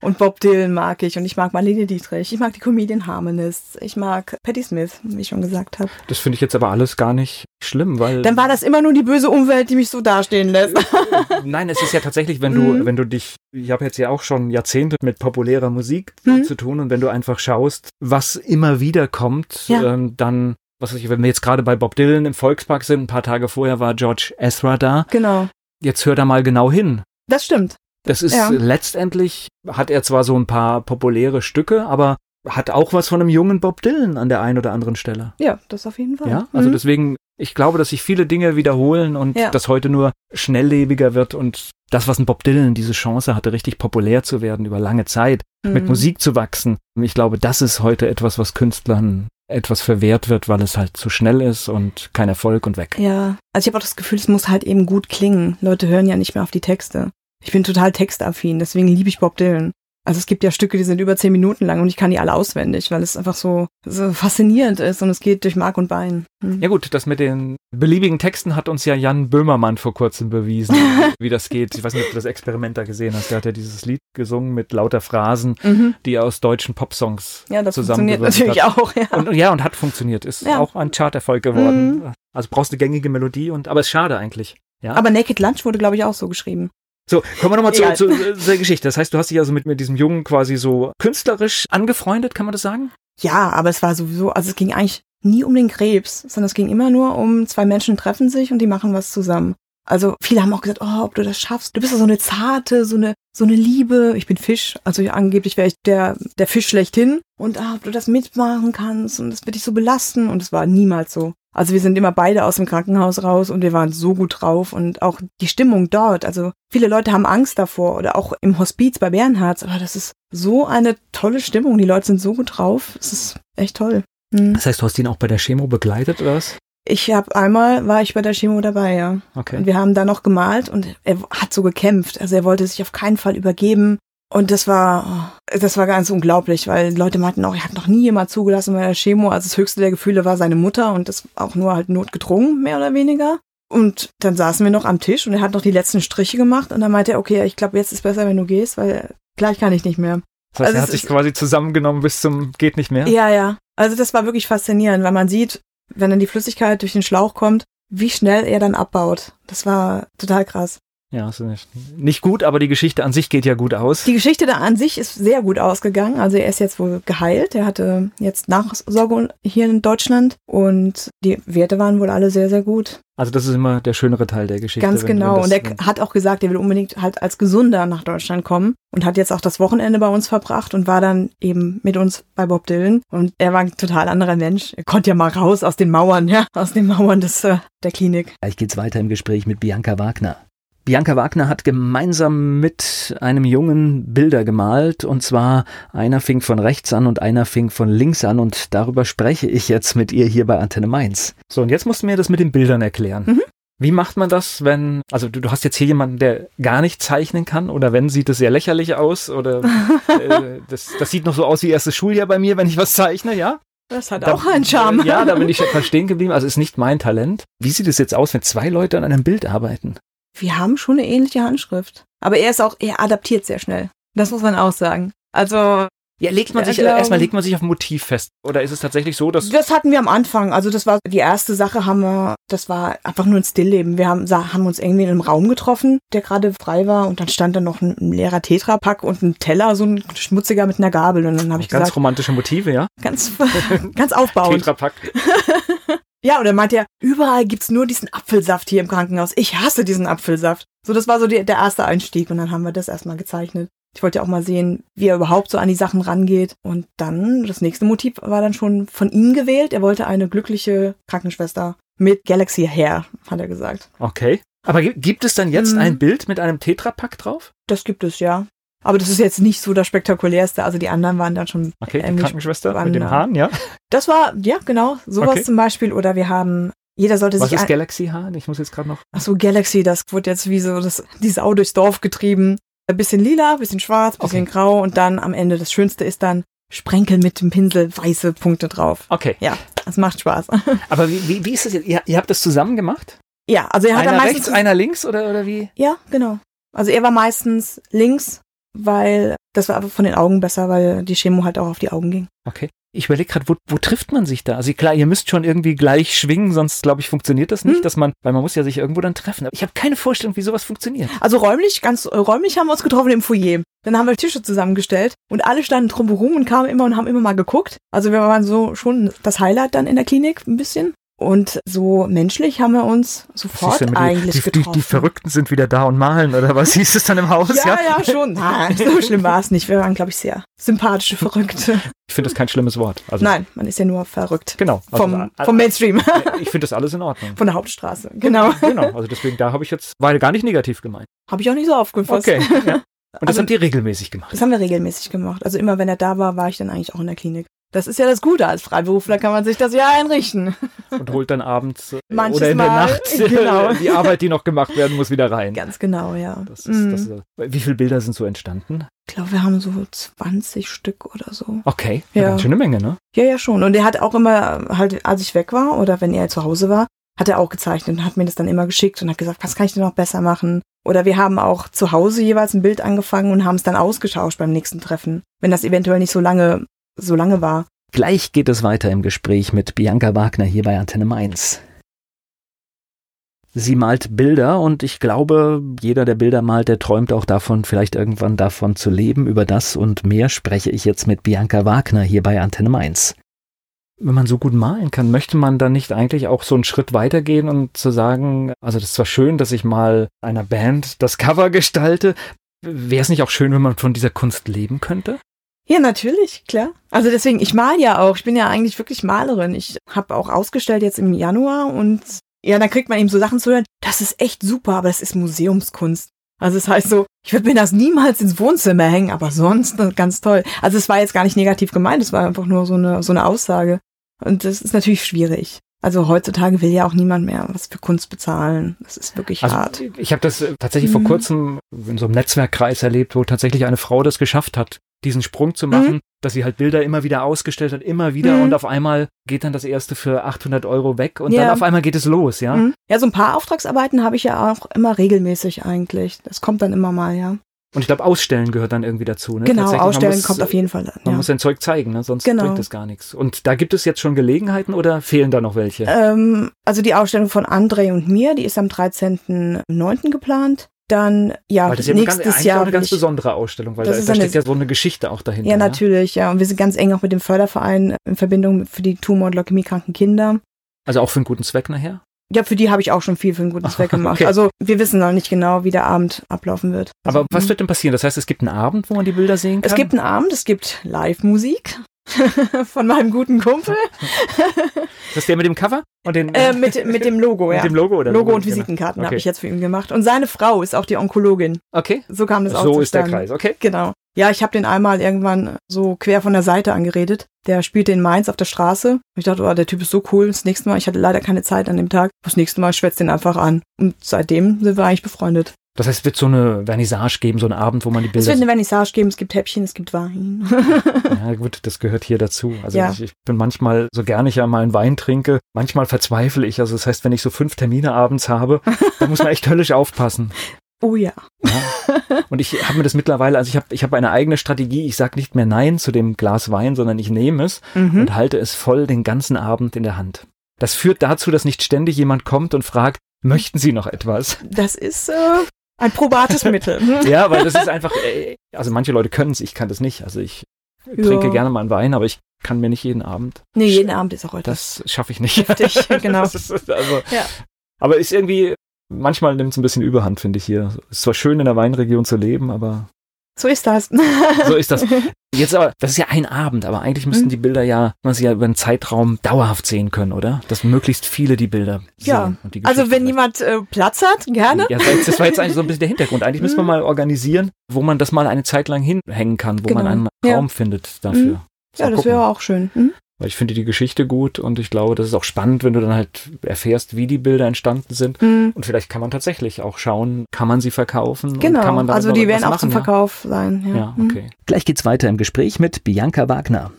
S2: Und Bob Dylan mag ich. Und ich mag Marlene Dietrich. Ich mag die Comedian Harmonists. Ich mag Patti Smith, wie ich schon gesagt habe.
S1: Das finde ich jetzt aber alles gar nicht schlimm, weil.
S2: Dann war das immer nur die böse Umwelt, die mich so dastehen lässt.
S1: Nein, es ist ja tatsächlich, wenn du,
S2: Mhm.
S1: wenn du dich, ich habe jetzt ja auch schon Jahrzehnte mit populärer Musik
S2: Mhm.
S1: zu tun und wenn du einfach schaust, was immer wieder kommt,
S2: Ja.
S1: ähm, dann, was weiß ich, wenn wir jetzt gerade bei Bob Dylan im Volkspark sind, ein paar Tage vorher war George Ezra da,
S2: Genau.
S1: jetzt hör da mal genau hin.
S2: Das stimmt.
S1: Das ist
S2: Ja.
S1: letztendlich, hat er zwar so ein paar populäre Stücke, aber hat auch was von einem jungen Bob Dylan an der einen oder anderen Stelle.
S2: Ja, das auf jeden Fall.
S1: Ja, also
S2: Mhm.
S1: deswegen, ich glaube, dass sich viele Dinge wiederholen und
S2: Ja.
S1: das heute nur schnelllebiger wird und das, was ein Bob Dylan diese Chance hatte, richtig populär zu werden über lange Zeit, mit
S2: Mhm.
S1: Musik zu wachsen. Ich glaube, das ist heute etwas, was Künstlern etwas verwehrt wird, weil es halt zu schnell ist und kein Erfolg und weg.
S2: Ja, also ich habe auch das Gefühl, es muss halt eben gut klingen. Leute hören ja nicht mehr auf die Texte. Ich bin total textaffin, deswegen liebe ich Bob Dylan. Also es gibt ja Stücke, die sind über zehn Minuten lang und ich kann die alle auswendig, weil es einfach so, so faszinierend ist und es geht durch Mark und Bein. Hm.
S1: Ja gut, das mit den beliebigen Texten hat uns ja Jan Böhmermann vor kurzem bewiesen, wie das geht. Ich weiß nicht, ob du das Experiment da gesehen hast. Der hat ja dieses Lied gesungen mit lauter Phrasen,
S2: Mhm.
S1: die er aus deutschen Popsongs
S2: ja das funktioniert
S1: zusammengewürfelt
S2: natürlich
S1: hat.
S2: auch, ja.
S1: Und, und ja, und hat funktioniert. Ist
S2: Ja. Mhm.
S1: auch ein Charterfolg geworden. Also brauchst eine gängige Melodie und aber ist schade eigentlich. Ja.
S2: Aber Naked Lunch wurde, glaube ich, auch so geschrieben.
S1: so, kommen wir nochmal zu,
S2: Egal.
S1: zu, äh, der Geschichte. Das heißt, du hast dich also mit, mit diesem Jungen quasi so künstlerisch angefreundet, kann man das sagen?
S2: Ja, aber es war sowieso, also es ging eigentlich nie um den Krebs, sondern es ging immer nur um zwei Menschen treffen sich und die machen was zusammen. Also viele haben auch gesagt, oh, ob du das schaffst. Du bist ja so eine zarte, so eine, so eine Liebe. Ich bin Fisch, also angeblich wäre ich der, der Fisch schlechthin. Und ah, ob du das mitmachen kannst und das wird dich so belasten. Und es war niemals so. Also wir sind immer beide aus dem Krankenhaus raus und wir waren so gut drauf und auch die Stimmung dort. Also viele Leute haben Angst davor oder auch im Hospiz bei Bernhards. Aber das ist so eine tolle Stimmung. Die Leute sind so gut drauf. Es ist echt toll. Hm.
S1: Das heißt, du hast ihn auch bei der Chemo begleitet oder was?
S2: Ich habe einmal, war ich bei der Chemo dabei, ja.
S1: Okay.
S2: Und wir haben da noch gemalt und er hat so gekämpft. Also er wollte sich auf keinen Fall übergeben. Und das war, oh, das war ganz unglaublich, weil Leute meinten auch, er hat noch nie jemand zugelassen bei der Chemo. Also das höchste der Gefühle war seine Mutter und das auch nur halt notgedrungen, mehr oder weniger. Und dann saßen wir noch am Tisch und er hat noch die letzten Striche gemacht und dann meinte er, okay, ich glaube, jetzt ist besser, wenn du gehst, weil gleich kann ich nicht mehr.
S1: Das heißt,
S2: also
S1: er
S2: es
S1: hat sich
S2: ist-
S1: quasi zusammengenommen bis zum geht nicht mehr.
S2: Ja, ja. Also das war wirklich faszinierend, weil man sieht, wenn dann die Flüssigkeit durch den Schlauch kommt, wie schnell er dann abbaut. Das war total krass.
S1: Ja, ist nicht, nicht gut, aber die Geschichte an sich geht ja gut aus.
S2: Die Geschichte da an sich ist sehr gut ausgegangen. Also er ist jetzt wohl geheilt. Er hatte jetzt Nachsorge hier in Deutschland und die Werte waren wohl alle sehr, sehr gut.
S1: Also das ist immer der schönere Teil der Geschichte.
S2: Ganz
S1: wenn- wenn
S2: genau.
S1: das-
S2: Und
S1: wenn-
S2: er hat auch gesagt, er will unbedingt halt als Gesunder nach Deutschland kommen und hat jetzt auch das Wochenende bei uns verbracht und war dann eben mit uns bei Bob Dylan. Und er war ein total anderer Mensch. Er konnte ja mal raus aus den Mauern, ja, aus den Mauern des, äh, der Klinik.
S3: Gleich geht's weiter im Gespräch mit Bianca Wagner. Bianca Wagner hat gemeinsam mit einem Jungen Bilder gemalt, und zwar einer fing von rechts an und einer fing von links an, und darüber spreche ich jetzt mit ihr hier bei Antenne Mainz.
S1: So, und jetzt musst du mir das mit den Bildern erklären. Wie macht man das, wenn, also du, du hast jetzt hier jemanden, der gar nicht zeichnen kann oder wenn, sieht es sehr lächerlich aus oder äh, das, das sieht noch so aus wie erstes Schuljahr bei mir, wenn ich was zeichne, ja?
S2: Das hat
S1: Da-
S2: auch einen Charme.
S1: Äh, Ja, da bin ich etwas stehen geblieben, also ist nicht mein Talent. Wie sieht es jetzt aus, wenn zwei Leute an einem Bild arbeiten?
S2: Wir haben schon eine ähnliche Handschrift. Aber er ist auch, er adaptiert sehr schnell. Das muss man auch sagen. Also,
S1: Ja, legt man
S2: Ja,
S1: sich,
S2: ich glaube-
S1: erstmal legt man sich auf ein Motiv fest. Oder ist es tatsächlich so, dass,
S2: das hatten wir am Anfang. Also, das war die erste Sache, haben wir, das war einfach nur ein Stillleben. Wir haben, sa- haben uns irgendwie in einem Raum getroffen, der gerade frei war und dann stand da noch ein, ein leerer Tetrapack und ein Teller, so ein schmutziger mit einer Gabel. Und dann habe ich
S1: ganz
S2: gesagt,
S1: romantische Motive, ja?
S2: ganz, ganz aufbauend.
S1: Tetrapack.
S2: Ja, und dann meinte er, überall gibt's nur diesen Apfelsaft hier im Krankenhaus. Ich hasse diesen Apfelsaft. So, das war so die, der erste Einstieg und dann haben wir das erstmal gezeichnet. Ich wollte ja auch mal sehen, wie er überhaupt so an die Sachen rangeht. Und dann, das nächste Motiv war dann schon von ihm gewählt. Er wollte eine glückliche Krankenschwester mit Galaxy Hair, hat er gesagt.
S1: Okay. Aber gi- gibt es dann jetzt
S2: Mhm.
S1: ein Bild mit einem Tetrapack drauf?
S2: Das gibt es ja. Aber das ist jetzt nicht so das Spektakulärste. Also die anderen waren dann schon
S1: Okay, die
S2: Ähm, ich-
S1: Krankenschwester mit
S2: wann,
S1: dem
S2: äh,
S1: Hahn, ja?
S2: Das war, ja, genau, sowas
S1: Okay.
S2: zum Beispiel. Oder wir haben, jeder sollte
S1: Was
S2: sich
S1: ist
S2: ein-
S1: Galaxy Hahn? Ich muss jetzt gerade noch.
S2: Ach so, Galaxy, das wurde jetzt wie so das, die Sau durchs Dorf getrieben. Ein bisschen lila, ein bisschen schwarz, ein bisschen
S1: Okay.
S2: grau und dann am Ende das Schönste ist dann Sprenkel mit dem Pinsel weiße Punkte drauf.
S1: Okay.
S2: Ja, das macht Spaß.
S1: Aber wie, wie, wie ist das jetzt? Ihr, ihr habt das zusammen gemacht?
S2: Ja, also er hat am
S1: einer
S2: meisten
S1: rechts, einer links oder, oder wie?
S2: Ja, genau. Also er war meistens links, weil das war aber von den Augen besser, weil die Chemo halt auch auf die Augen ging.
S1: Okay. Ich überlege gerade, wo, wo trifft man sich da? Also klar, ihr müsst schon irgendwie gleich schwingen, sonst glaube ich, funktioniert das nicht,
S2: Hm.
S1: dass man, weil man muss ja sich irgendwo dann treffen. Aber ich habe keine Vorstellung, wie sowas funktioniert.
S2: Also räumlich, ganz äh, räumlich haben wir uns getroffen im Foyer. Dann haben wir Tische zusammengestellt und alle standen drumherum und kamen immer und haben immer mal geguckt. Also wir waren so schon das Highlight dann in der Klinik ein bisschen. Und so menschlich haben wir uns sofort eigentlich getroffen.
S1: sind wieder da und malen oder was hieß es dann im Haus?
S2: ja, ja, schon. Nein, so schlimm war es nicht. Wir waren, glaube ich, sehr sympathische Verrückte.
S1: Ich finde das kein schlimmes Wort. Also,
S2: Nein, man ist ja nur verrückt.
S1: Genau. Also,
S2: Vom,
S1: a-
S2: vom Mainstream,
S1: a- ich finde das alles in Ordnung.
S2: von der Hauptstraße. Genau.
S1: Genau. Also deswegen, da habe ich jetzt, war gar nicht negativ gemeint.
S2: Habe ich auch nicht so aufgefasst.
S1: Okay. Ja. Und das
S2: Also-
S1: habt ihr regelmäßig gemacht.
S2: Das haben wir regelmäßig gemacht. Also immer, wenn er da war, war ich dann eigentlich auch in der Klinik. Das ist ja das Gute als Freiberufler, kann man sich das ja einrichten.
S1: und holt dann abends äh,
S2: Manches
S1: oder in der
S2: Mal,
S1: Nacht
S2: genau.
S1: die Arbeit, die noch gemacht werden muss, wieder rein.
S2: Ganz genau, ja.
S1: Das
S2: Mm.
S1: ist, das ist, äh, wie viele Bilder sind so entstanden?
S2: ich glaube, wir haben so 20 Stück oder so.
S1: Okay, eine
S2: Ja.
S1: ganz schöne Menge, ne?
S2: Ja, ja, schon. Und er hat auch immer, äh, halt, als ich weg war oder wenn er zu Hause war, hat er auch gezeichnet und hat mir das dann immer geschickt und hat gesagt, was kann ich denn noch besser machen? Oder wir haben auch zu Hause jeweils ein Bild angefangen und haben es dann ausgetauscht beim nächsten Treffen, wenn das eventuell nicht so lange, so lange war.
S3: Gleich geht es weiter im Gespräch mit Bianca Wagner hier bei Antenne Mainz. Sie malt Bilder und ich glaube, jeder, der Bilder malt, der träumt auch davon, vielleicht irgendwann davon zu leben. Über das und mehr spreche ich jetzt mit Bianca Wagner hier bei Antenne Mainz.
S1: Wenn man so gut malen kann, möchte man dann nicht eigentlich auch so einen Schritt weitergehen und zu sagen, also das ist zwar schön, dass ich mal einer Band das Cover gestalte, wäre es nicht auch schön, wenn man von dieser Kunst leben könnte?
S2: Ja, natürlich, klar. Also deswegen, ich mal ja auch. Ich bin ja eigentlich wirklich Malerin. Ich habe auch ausgestellt jetzt im Januar und ja, dann kriegt man eben so Sachen zu hören. Das ist echt super, aber das ist Museumskunst. Also das heißt so, ich würde mir das niemals ins Wohnzimmer hängen, aber sonst äh, ganz toll. Also es war jetzt gar nicht negativ gemeint, es war einfach nur so eine, so eine Aussage. Und das ist natürlich schwierig. Also heutzutage will ja auch niemand mehr was für Kunst bezahlen. Das ist wirklich hart.
S1: Also, ich habe das äh, tatsächlich vor
S2: Mhm.
S1: kurzem in so einem Netzwerkkreis erlebt, wo tatsächlich eine Frau das geschafft hat, diesen Sprung zu machen, dass sie halt Bilder immer wieder ausgestellt hat, immer wieder
S2: Mhm.
S1: und auf einmal geht dann das erste für 800 Euro weg und
S2: Ja.
S1: dann auf einmal geht es los, ja?
S2: Mhm. Ja, so ein paar Auftragsarbeiten habe ich ja auch immer regelmäßig eigentlich. Das kommt dann immer mal, ja.
S1: Und ich glaube, Ausstellen gehört dann irgendwie dazu, ne?
S2: Genau,
S1: Tatsächlich, man
S2: ausstellen
S1: muss,
S2: kommt auf jeden Fall an.
S1: Man
S2: Ja.
S1: muss sein Zeug zeigen, ne? sonst
S2: Genau.
S1: bringt es gar nichts. Und da gibt es jetzt schon Gelegenheiten oder fehlen da noch
S2: Äh,
S1: welche?
S2: Ähm, also die Ausstellung von André und mir, die ist am 13.09. geplant. Dann, ja,
S1: Weil das ist ja eine ganz, eigentlich
S2: nächstes
S1: auch
S2: Jahr.
S1: eine ganz
S2: will ich-
S1: besondere ne? Ausstellung, weil
S2: Das
S1: da,
S2: ist
S1: da
S2: eine-
S1: steckt ja so eine Geschichte auch dahinter.
S2: Ja, natürlich, ja. Und wir sind ganz eng auch mit dem Förderverein in Verbindung für die Tumor- und Leukämiekranken Kinder.
S1: Also auch für einen guten Zweck nachher.
S2: Ja, für die habe ich auch schon viel für einen guten Zweck gemacht.
S1: Okay.
S2: Also wir wissen noch nicht genau, wie der Abend ablaufen wird.
S1: Aber
S2: also,
S1: was
S2: wird
S1: wird denn passieren? Das heißt, es gibt einen Abend, wo man die Bilder sehen kann?
S2: Es gibt einen Abend, es gibt Live-Musik von meinem guten Kumpel
S1: das ist der mit dem Cover und den
S2: äh, mit, mit dem Logo,
S1: mit
S2: ja.
S1: dem Logo oder
S2: Logo und
S1: genau.
S2: Visitenkarten habe
S1: Okay.
S2: ich jetzt für ihn gemacht. Und seine Frau ist auch die Onkologin.
S1: Okay,
S2: So kam das auch
S1: so ist der
S2: zustande.
S1: Kreis. Okay,
S2: Genau. Ja, ich habe den einmal irgendwann so quer von der Seite angeredet. Der spielte in Mainz auf der Straße. Und Ich dachte, oh, der Typ ist so cool. Das nächste Mal, ich hatte leider keine Zeit an dem Tag. Das nächste Mal schwätzt den einfach an. Und seitdem sind wir eigentlich befreundet.
S1: das heißt, es wird so eine Vernissage geben, so einen Abend, wo man die
S2: Es
S1: Bilder
S2: wird eine Vernissage geben, es gibt Häppchen, es gibt Wein.
S1: Ja, gut, das gehört hier dazu. Also
S2: Ja.
S1: ich, ich bin manchmal, so gern ich ja mal einen Wein trinke, manchmal verzweifle ich. Also das heißt, wenn ich so fünf Termine abends habe, da muss man echt höllisch aufpassen.
S2: oh ja.
S1: Ja. Und ich habe mir das mittlerweile, also ich habe ich hab eine eigene Strategie. Ich sage nicht mehr Nein zu dem Glas Wein, sondern ich nehme es
S2: Mhm.
S1: und halte es voll den ganzen Abend in der Hand. Das führt dazu, dass nicht ständig jemand kommt und fragt, möchten Sie noch etwas?
S2: Das ist äh, ein probates Mittel.
S1: Ja, weil das ist einfach, äh, also manche Leute können es, ich kann das nicht. Also ich trinke gerne mal einen Wein, aber ich kann mir nicht jeden Abend.
S2: Nee, jeden Abend ist auch heute.
S1: Das schaffe ich nicht.
S2: Heftig, genau.
S1: Das ist also,
S2: Ja.
S1: Aber ist irgendwie, manchmal nimmt es ein bisschen Überhand, finde ich hier. Ist zwar schön in der Weinregion zu leben, aber
S2: So ist das. Also,
S1: so ist das. Jetzt aber, das ist ja ein Abend, aber eigentlich müssten
S2: Mhm.
S1: die Bilder ja, man sie ja über einen Zeitraum dauerhaft sehen können, oder? Dass möglichst viele die Bilder
S2: Ja.
S1: sehen. Und die
S2: Also
S1: Geschichten
S2: wenn
S1: vielleicht.
S2: jemand äh, Platz hat, gerne.
S1: Ja, das das war jetzt eigentlich so ein bisschen der Hintergrund. Eigentlich
S2: Mhm.
S1: müssen wir mal organisieren, wo man das mal eine Zeit lang hinhängen kann, wo man
S2: Genau.
S1: einen
S2: Ja.
S1: Raum findet dafür.
S2: Mhm. Ja,
S1: Mal
S2: das
S1: gucken.
S2: wäre auch schön. Mhm.
S1: Weil ich finde die Geschichte gut und ich glaube, das ist auch spannend, wenn du dann halt erfährst, wie die Bilder entstanden sind.
S2: Mhm.
S1: Und vielleicht kann man tatsächlich auch schauen, kann man sie verkaufen? Und kann
S2: Genau.
S1: man damit
S2: Also
S1: noch
S2: die
S1: etwas
S2: werden auch zum
S1: machen,
S2: Verkauf sein. Ja,
S1: Ja, ja
S2: Mhm.
S1: okay.
S3: Gleich geht's weiter im Gespräch mit Bianca Wagner.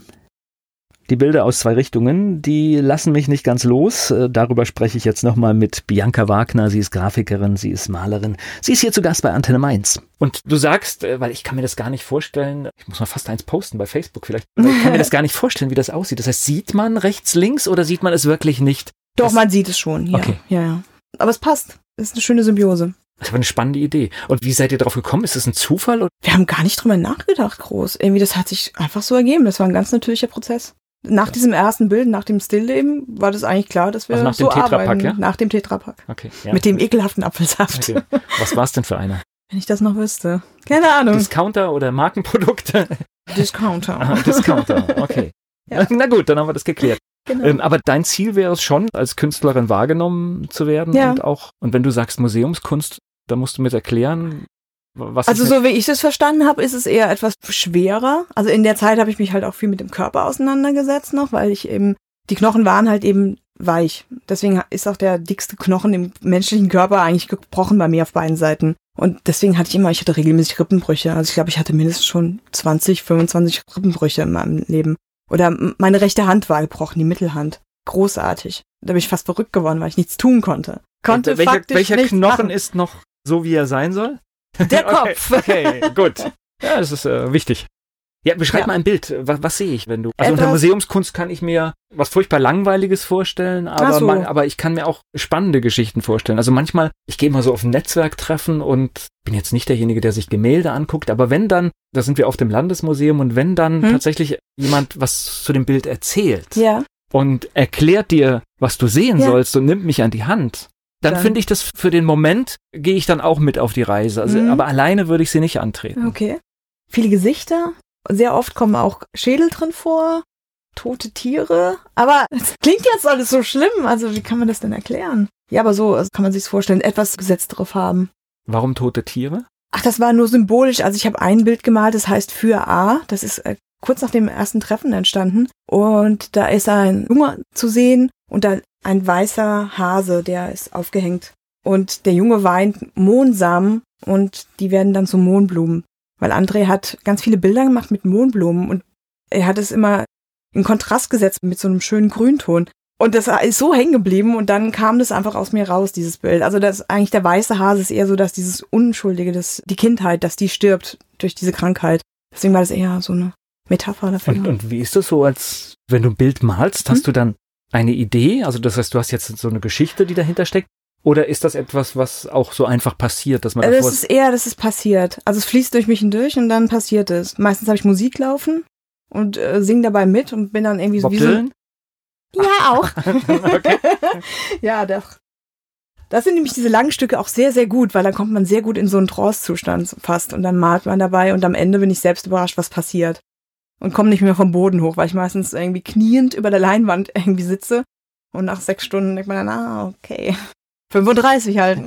S3: Die Bilder aus zwei Richtungen, die lassen mich nicht ganz los. Äh, Darüber spreche ich jetzt nochmal mit Bianca Wagner. Sie ist Grafikerin, sie ist Malerin. Sie ist hier zu Gast bei Antenne Mainz.
S1: Und du sagst, äh, weil ich kann mir das gar nicht vorstellen, ich muss mal fast eins posten bei Facebook vielleicht, weil ich kann mir das gar nicht vorstellen, wie das aussieht. Das heißt, sieht man rechts, links oder sieht man es wirklich nicht?
S2: Doch,
S1: Das-
S2: man sieht es schon. Ja.
S1: Okay.
S2: ja, ja. Aber es passt. Es ist eine schöne Symbiose.
S1: Das ist aber eine spannende Idee. Und wie seid ihr drauf gekommen? Ist das ein Zufall? Oder?
S2: Wir haben gar nicht drüber nachgedacht, groß. Irgendwie, das hat sich einfach so ergeben. Das war ein ganz natürlicher Prozess. Nach diesem ersten Bild, nach dem Stillleben, war das eigentlich klar, dass wir
S1: Also nach dem
S2: so
S1: Tetrapack,
S2: arbeiten.
S1: ja?
S2: Nach dem Tetrapack.
S1: Okay. Ja.
S2: Mit dem ekelhaften Apfelsaft.
S1: Okay. Was war es denn für einer?
S2: Wenn ich das noch wüsste. Keine Ahnung.
S1: Discounter oder Markenprodukte?
S2: Discounter.
S1: Hm. Ah, Discounter, okay.
S2: Ja.
S1: Na gut, dann haben wir das geklärt.
S2: Genau.
S1: Ähm, aber dein Ziel wäre es schon, als Künstlerin wahrgenommen zu werden
S2: Ja.
S1: und auch, und wenn du sagst Museumskunst, dann musst du mir erklären, wa- was
S2: Also
S1: ist mit-
S2: so wie ich es verstanden habe, ist es eher etwas schwerer. Also in der Zeit habe ich mich halt auch viel mit dem Körper auseinandergesetzt noch, weil ich eben, die Knochen waren halt eben weich. Deswegen ist auch der dickste Knochen im menschlichen Körper eigentlich gebrochen bei mir auf beiden Seiten. Und deswegen hatte ich immer, ich hatte regelmäßig Rippenbrüche. Also ich glaube, ich hatte mindestens schon 20, 25 Rippenbrüche in meinem Leben. Oder m- meine rechte Hand war gebrochen, die Mittelhand. Großartig. Da bin ich fast verrückt geworden, weil ich nichts tun konnte. Konnte
S1: welcher,
S2: faktisch
S1: welcher
S2: nichts
S1: Knochen
S2: machen.
S1: ist noch so, wie er sein soll?
S2: der
S1: Okay,
S2: Kopf.
S1: Okay, gut. Ja, das ist äh, wichtig. Ja, beschreib
S2: Ja.
S1: mal ein Bild. Was, was sehe ich, wenn du. Also
S2: Etwas-
S1: unter Museumskunst kann ich mir was furchtbar Langweiliges vorstellen, aber,
S2: Ach so.
S1: man, aber ich kann mir auch spannende Geschichten vorstellen. Also manchmal, ich gehe mal so auf ein Netzwerktreffen und bin jetzt nicht derjenige, der sich Gemälde anguckt, aber wenn dann, da sind wir auf dem Landesmuseum und wenn dann
S2: Hm?
S1: tatsächlich jemand was zu dem Bild erzählt
S2: Ja.
S1: und erklärt dir, was du sehen
S2: Ja.
S1: sollst und nimmt mich an die Hand, dann,
S2: Dann-
S1: finde ich das für den Moment, gehe ich dann auch mit auf die Reise. Also,
S2: Mhm.
S1: Aber alleine würde ich sie nicht antreten.
S2: Okay. Viele Gesichter. Sehr oft kommen auch Schädel drin vor, tote Tiere. Aber es klingt jetzt alles so schlimm. Also wie kann man das denn erklären? Ja, aber so also kann man sich vorstellen. Etwas gesetztere Farben.
S1: Warum tote Tiere?
S2: Ach, das war nur symbolisch. Also ich habe ein Bild gemalt, das heißt Für A. Das ist äh, kurz nach dem ersten Treffen entstanden. Und da ist ein Junge zu sehen und da ein weißer Hase, der ist aufgehängt. Und der Junge weint Mohnsamen und die werden dann zu Mohnblumen. Weil André hat ganz viele Bilder gemacht mit Mohnblumen und er hat es immer in Kontrast gesetzt mit so einem schönen Grünton. Und das ist so hängen geblieben und dann kam das einfach aus mir raus, dieses Bild. Also das eigentlich der weiße Hase ist eher so, dass dieses Unschuldige, dass die Kindheit, dass die stirbt durch diese Krankheit. Deswegen war das eher so eine Metapher dafür.
S1: Und, und wie ist das so, als
S2: Mhm.
S1: wenn du ein Bild malst, hast du dann eine Idee? Also das heißt, du hast jetzt so eine Geschichte, die dahinter steckt. Oder ist das etwas, was auch so einfach passiert, dass man
S2: Also
S1: davor
S2: das ist eher, das ist passiert. Also es fließt durch mich hindurch und dann passiert es. Meistens habe ich Musik laufen und äh, singe dabei mit und bin dann irgendwie so
S1: Bob
S2: wie so.
S1: Dylan?
S2: Ja, auch.
S1: okay.
S2: ja, doch. Das sind nämlich diese langen Stücke auch sehr, sehr gut, weil dann kommt man sehr gut in so einen Trance-Zustand fast und dann malt man dabei und am Ende bin ich selbst überrascht, was passiert. Und komme nicht mehr vom Boden hoch, weil ich meistens irgendwie kniend über der Leinwand irgendwie sitze und nach sechs Stunden denkt man dann, ah, okay. 35 halt.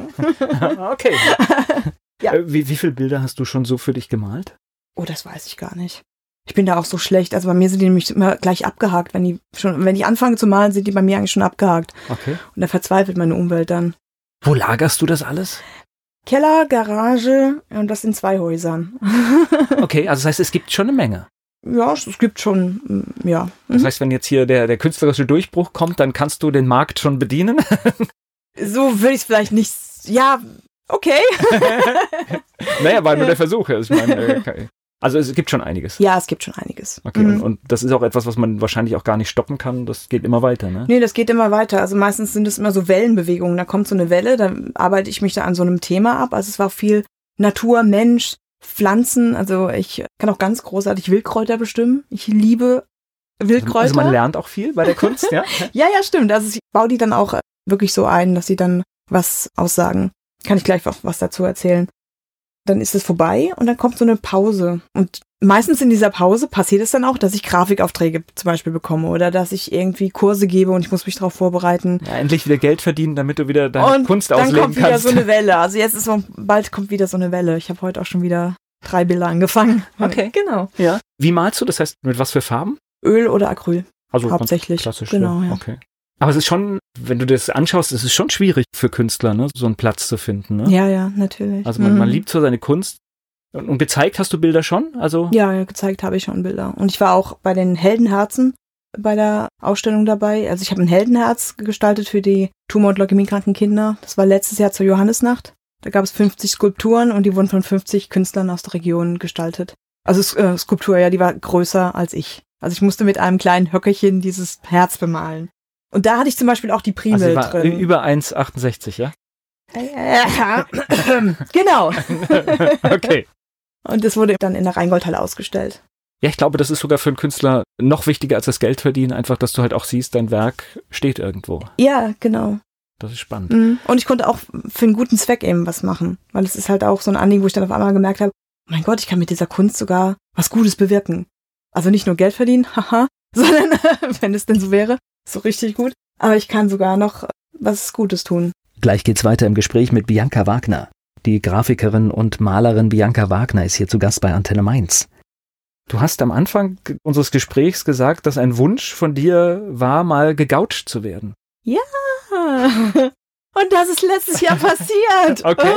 S1: Ah, okay.
S2: Ja.
S1: Äh, Wie, wie viele Bilder hast du schon so für dich gemalt?
S2: Oh, das weiß ich gar nicht. Ich bin da auch so schlecht. Also bei mir sind die nämlich immer gleich abgehakt. Wenn die schon, wenn ich anfange zu malen, sind die bei mir eigentlich schon abgehakt.
S1: Okay.
S2: Und da verzweifelt meine Umwelt dann.
S1: Wo lagerst du das alles?
S2: Keller, Garage und das in zwei Häusern.
S1: Okay, also das heißt, es gibt schon eine Menge.
S2: ja, es gibt schon, mm, ja.
S1: Das
S2: Mhm.
S1: heißt, wenn jetzt hier der, der künstlerische Durchbruch kommt, dann kannst du den Markt schon bedienen.
S2: So würde ich es vielleicht nicht. s- Ja, okay.
S1: naja, war nur der Versuch. Also, ich meine, äh, okay. also es gibt schon einiges.
S2: Ja, es gibt schon einiges.
S1: Okay,
S2: Mhm.
S1: und, und das ist auch etwas, was man wahrscheinlich auch gar nicht stoppen kann. Das geht immer weiter, ne?
S2: Nee, das geht immer weiter. Also meistens sind es immer so Wellenbewegungen. Da kommt so eine Welle, dann arbeite ich mich da an so einem Thema ab. Also es war viel Natur, Mensch, Pflanzen. Also ich kann auch ganz großartig Wildkräuter bestimmen. Ich liebe Wildkräuter.
S1: Also man lernt auch viel bei der Kunst, ja?
S2: ja, ja, stimmt. Also ich baue die dann auch wirklich so ein, dass sie dann was aussagen. Kann ich gleich auch was dazu erzählen. Dann ist es vorbei und dann kommt so eine Pause. Und meistens in dieser Pause passiert es dann auch, dass ich Grafikaufträge zum Beispiel bekomme oder dass ich irgendwie Kurse gebe und ich muss mich darauf vorbereiten.
S1: ja. Endlich wieder Geld verdienen, damit du wieder deine
S2: und
S1: Kunst
S2: dann
S1: auslegen
S2: kommt wieder
S1: kannst.
S2: so eine Welle. Also jetzt ist so, bald kommt wieder so eine Welle. Ich habe heute auch schon wieder drei Bilder angefangen.
S1: Okay.
S2: Genau.
S1: ja. Wie malst du? Das heißt, mit was für Farben?
S2: Öl oder Acryl,
S1: Also ganz
S2: hauptsächlich.
S1: klassisch.
S2: Genau, ja.
S1: Okay. Aber es ist schon, wenn du das anschaust, es ist schon schwierig für Künstler, ne, so einen Platz zu finden. Ne?
S2: Ja, ja, natürlich.
S1: Also man,
S2: Mhm.
S1: man liebt so seine Kunst. Und, und gezeigt hast du Bilder schon? Also
S2: Ja, ja, gezeigt habe ich schon Bilder. Und ich war auch bei den Heldenherzen bei der Ausstellung dabei. Also ich habe ein Heldenherz gestaltet für die Tumor- und Leukämiekranken Kinder. Das war letztes Jahr zur Johannisnacht. Da gab es 50 Skulpturen und die wurden von 50 Künstlern aus der Region gestaltet. Also S- äh, Skulptur, ja, die war größer als ich. Also ich musste mit einem kleinen Höckerchen dieses Herz bemalen. Und da hatte ich zum Beispiel auch die Primel
S1: Also sie war
S2: drin.
S1: über 1,68, ja?
S2: genau.
S1: okay.
S2: Und das wurde dann in der Rheingoldhalle ausgestellt.
S1: Ja, ich glaube, das ist sogar für einen Künstler noch wichtiger als das Geld verdienen, einfach, dass du halt auch siehst, dein Werk steht irgendwo.
S2: Ja, genau.
S1: Das ist spannend.
S2: Mhm. Und ich konnte auch für einen guten Zweck eben was machen. Weil es ist halt auch so ein Anliegen, wo ich dann auf einmal gemerkt habe, oh mein Gott, ich kann mit dieser Kunst sogar was Gutes bewirken. Also nicht nur Geld verdienen, haha, sondern wenn es denn so wäre, so richtig gut. Aber ich kann sogar noch was Gutes tun.
S3: Gleich geht's weiter im Gespräch mit Bianca Wagner. Die Grafikerin und Malerin Bianca Wagner ist hier zu Gast bei Antenne Mainz.
S1: Du hast am Anfang ge- unseres Gesprächs gesagt, dass ein Wunsch von dir war, mal gegoucht zu werden.
S2: Und das ist letztes Jahr passiert.
S1: Okay.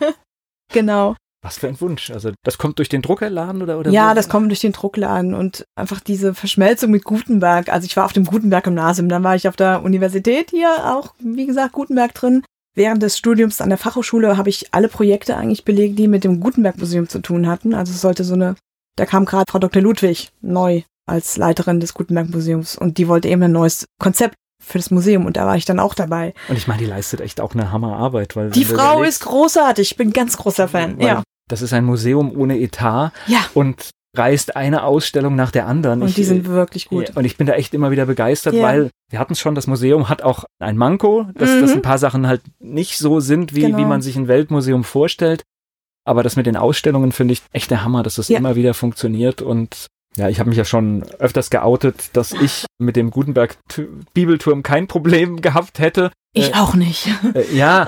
S2: genau.
S1: Was für ein Wunsch. Also, das kommt durch den Druckerladen oder? oder
S2: Ja,
S1: wo?
S2: das kommt durch den Druckladen und einfach diese Verschmelzung mit Gutenberg. Also ich war auf dem Gutenberg-Gymnasium, dann war ich auf der Universität hier auch, wie gesagt, Gutenberg drin. Während des Studiums an der Fachhochschule habe ich alle Projekte eigentlich belegt, die mit dem Gutenberg-Museum zu tun hatten. Also es sollte so eine, da kam gerade Frau Dr. Ludwig neu als Leiterin des Gutenberg-Museums und die wollte eben ein neues Konzept für das Museum und da war ich dann auch dabei.
S1: Und ich meine, die leistet echt auch eine Hammerarbeit, weil.
S2: Die
S1: wenn du
S2: Frau
S1: überlegst,
S2: ist großartig, ich bin ganz großer Fan.
S1: weil
S2: Ja.
S1: Das ist ein Museum ohne Etat
S2: Ja.
S1: und reißt eine Ausstellung nach der anderen. Ich-
S2: Und die sind wirklich gut.
S1: Ja, Und ich bin da echt immer wieder begeistert,
S2: Ja.
S1: weil wir hatten es schon, das Museum hat auch ein Manko, dass,
S2: Mhm.
S1: dass ein paar Sachen halt nicht so sind, wie,
S2: Genau.
S1: wie man sich ein Weltmuseum vorstellt. Aber das mit den Ausstellungen finde ich echt der Hammer, dass das
S2: Ja.
S1: immer wieder funktioniert. Und ja, ich habe mich ja schon öfters geoutet, dass ich mit dem Gutenberg-Bibelturm kein Problem gehabt hätte.
S2: Ich auch nicht.
S1: Äh, ja,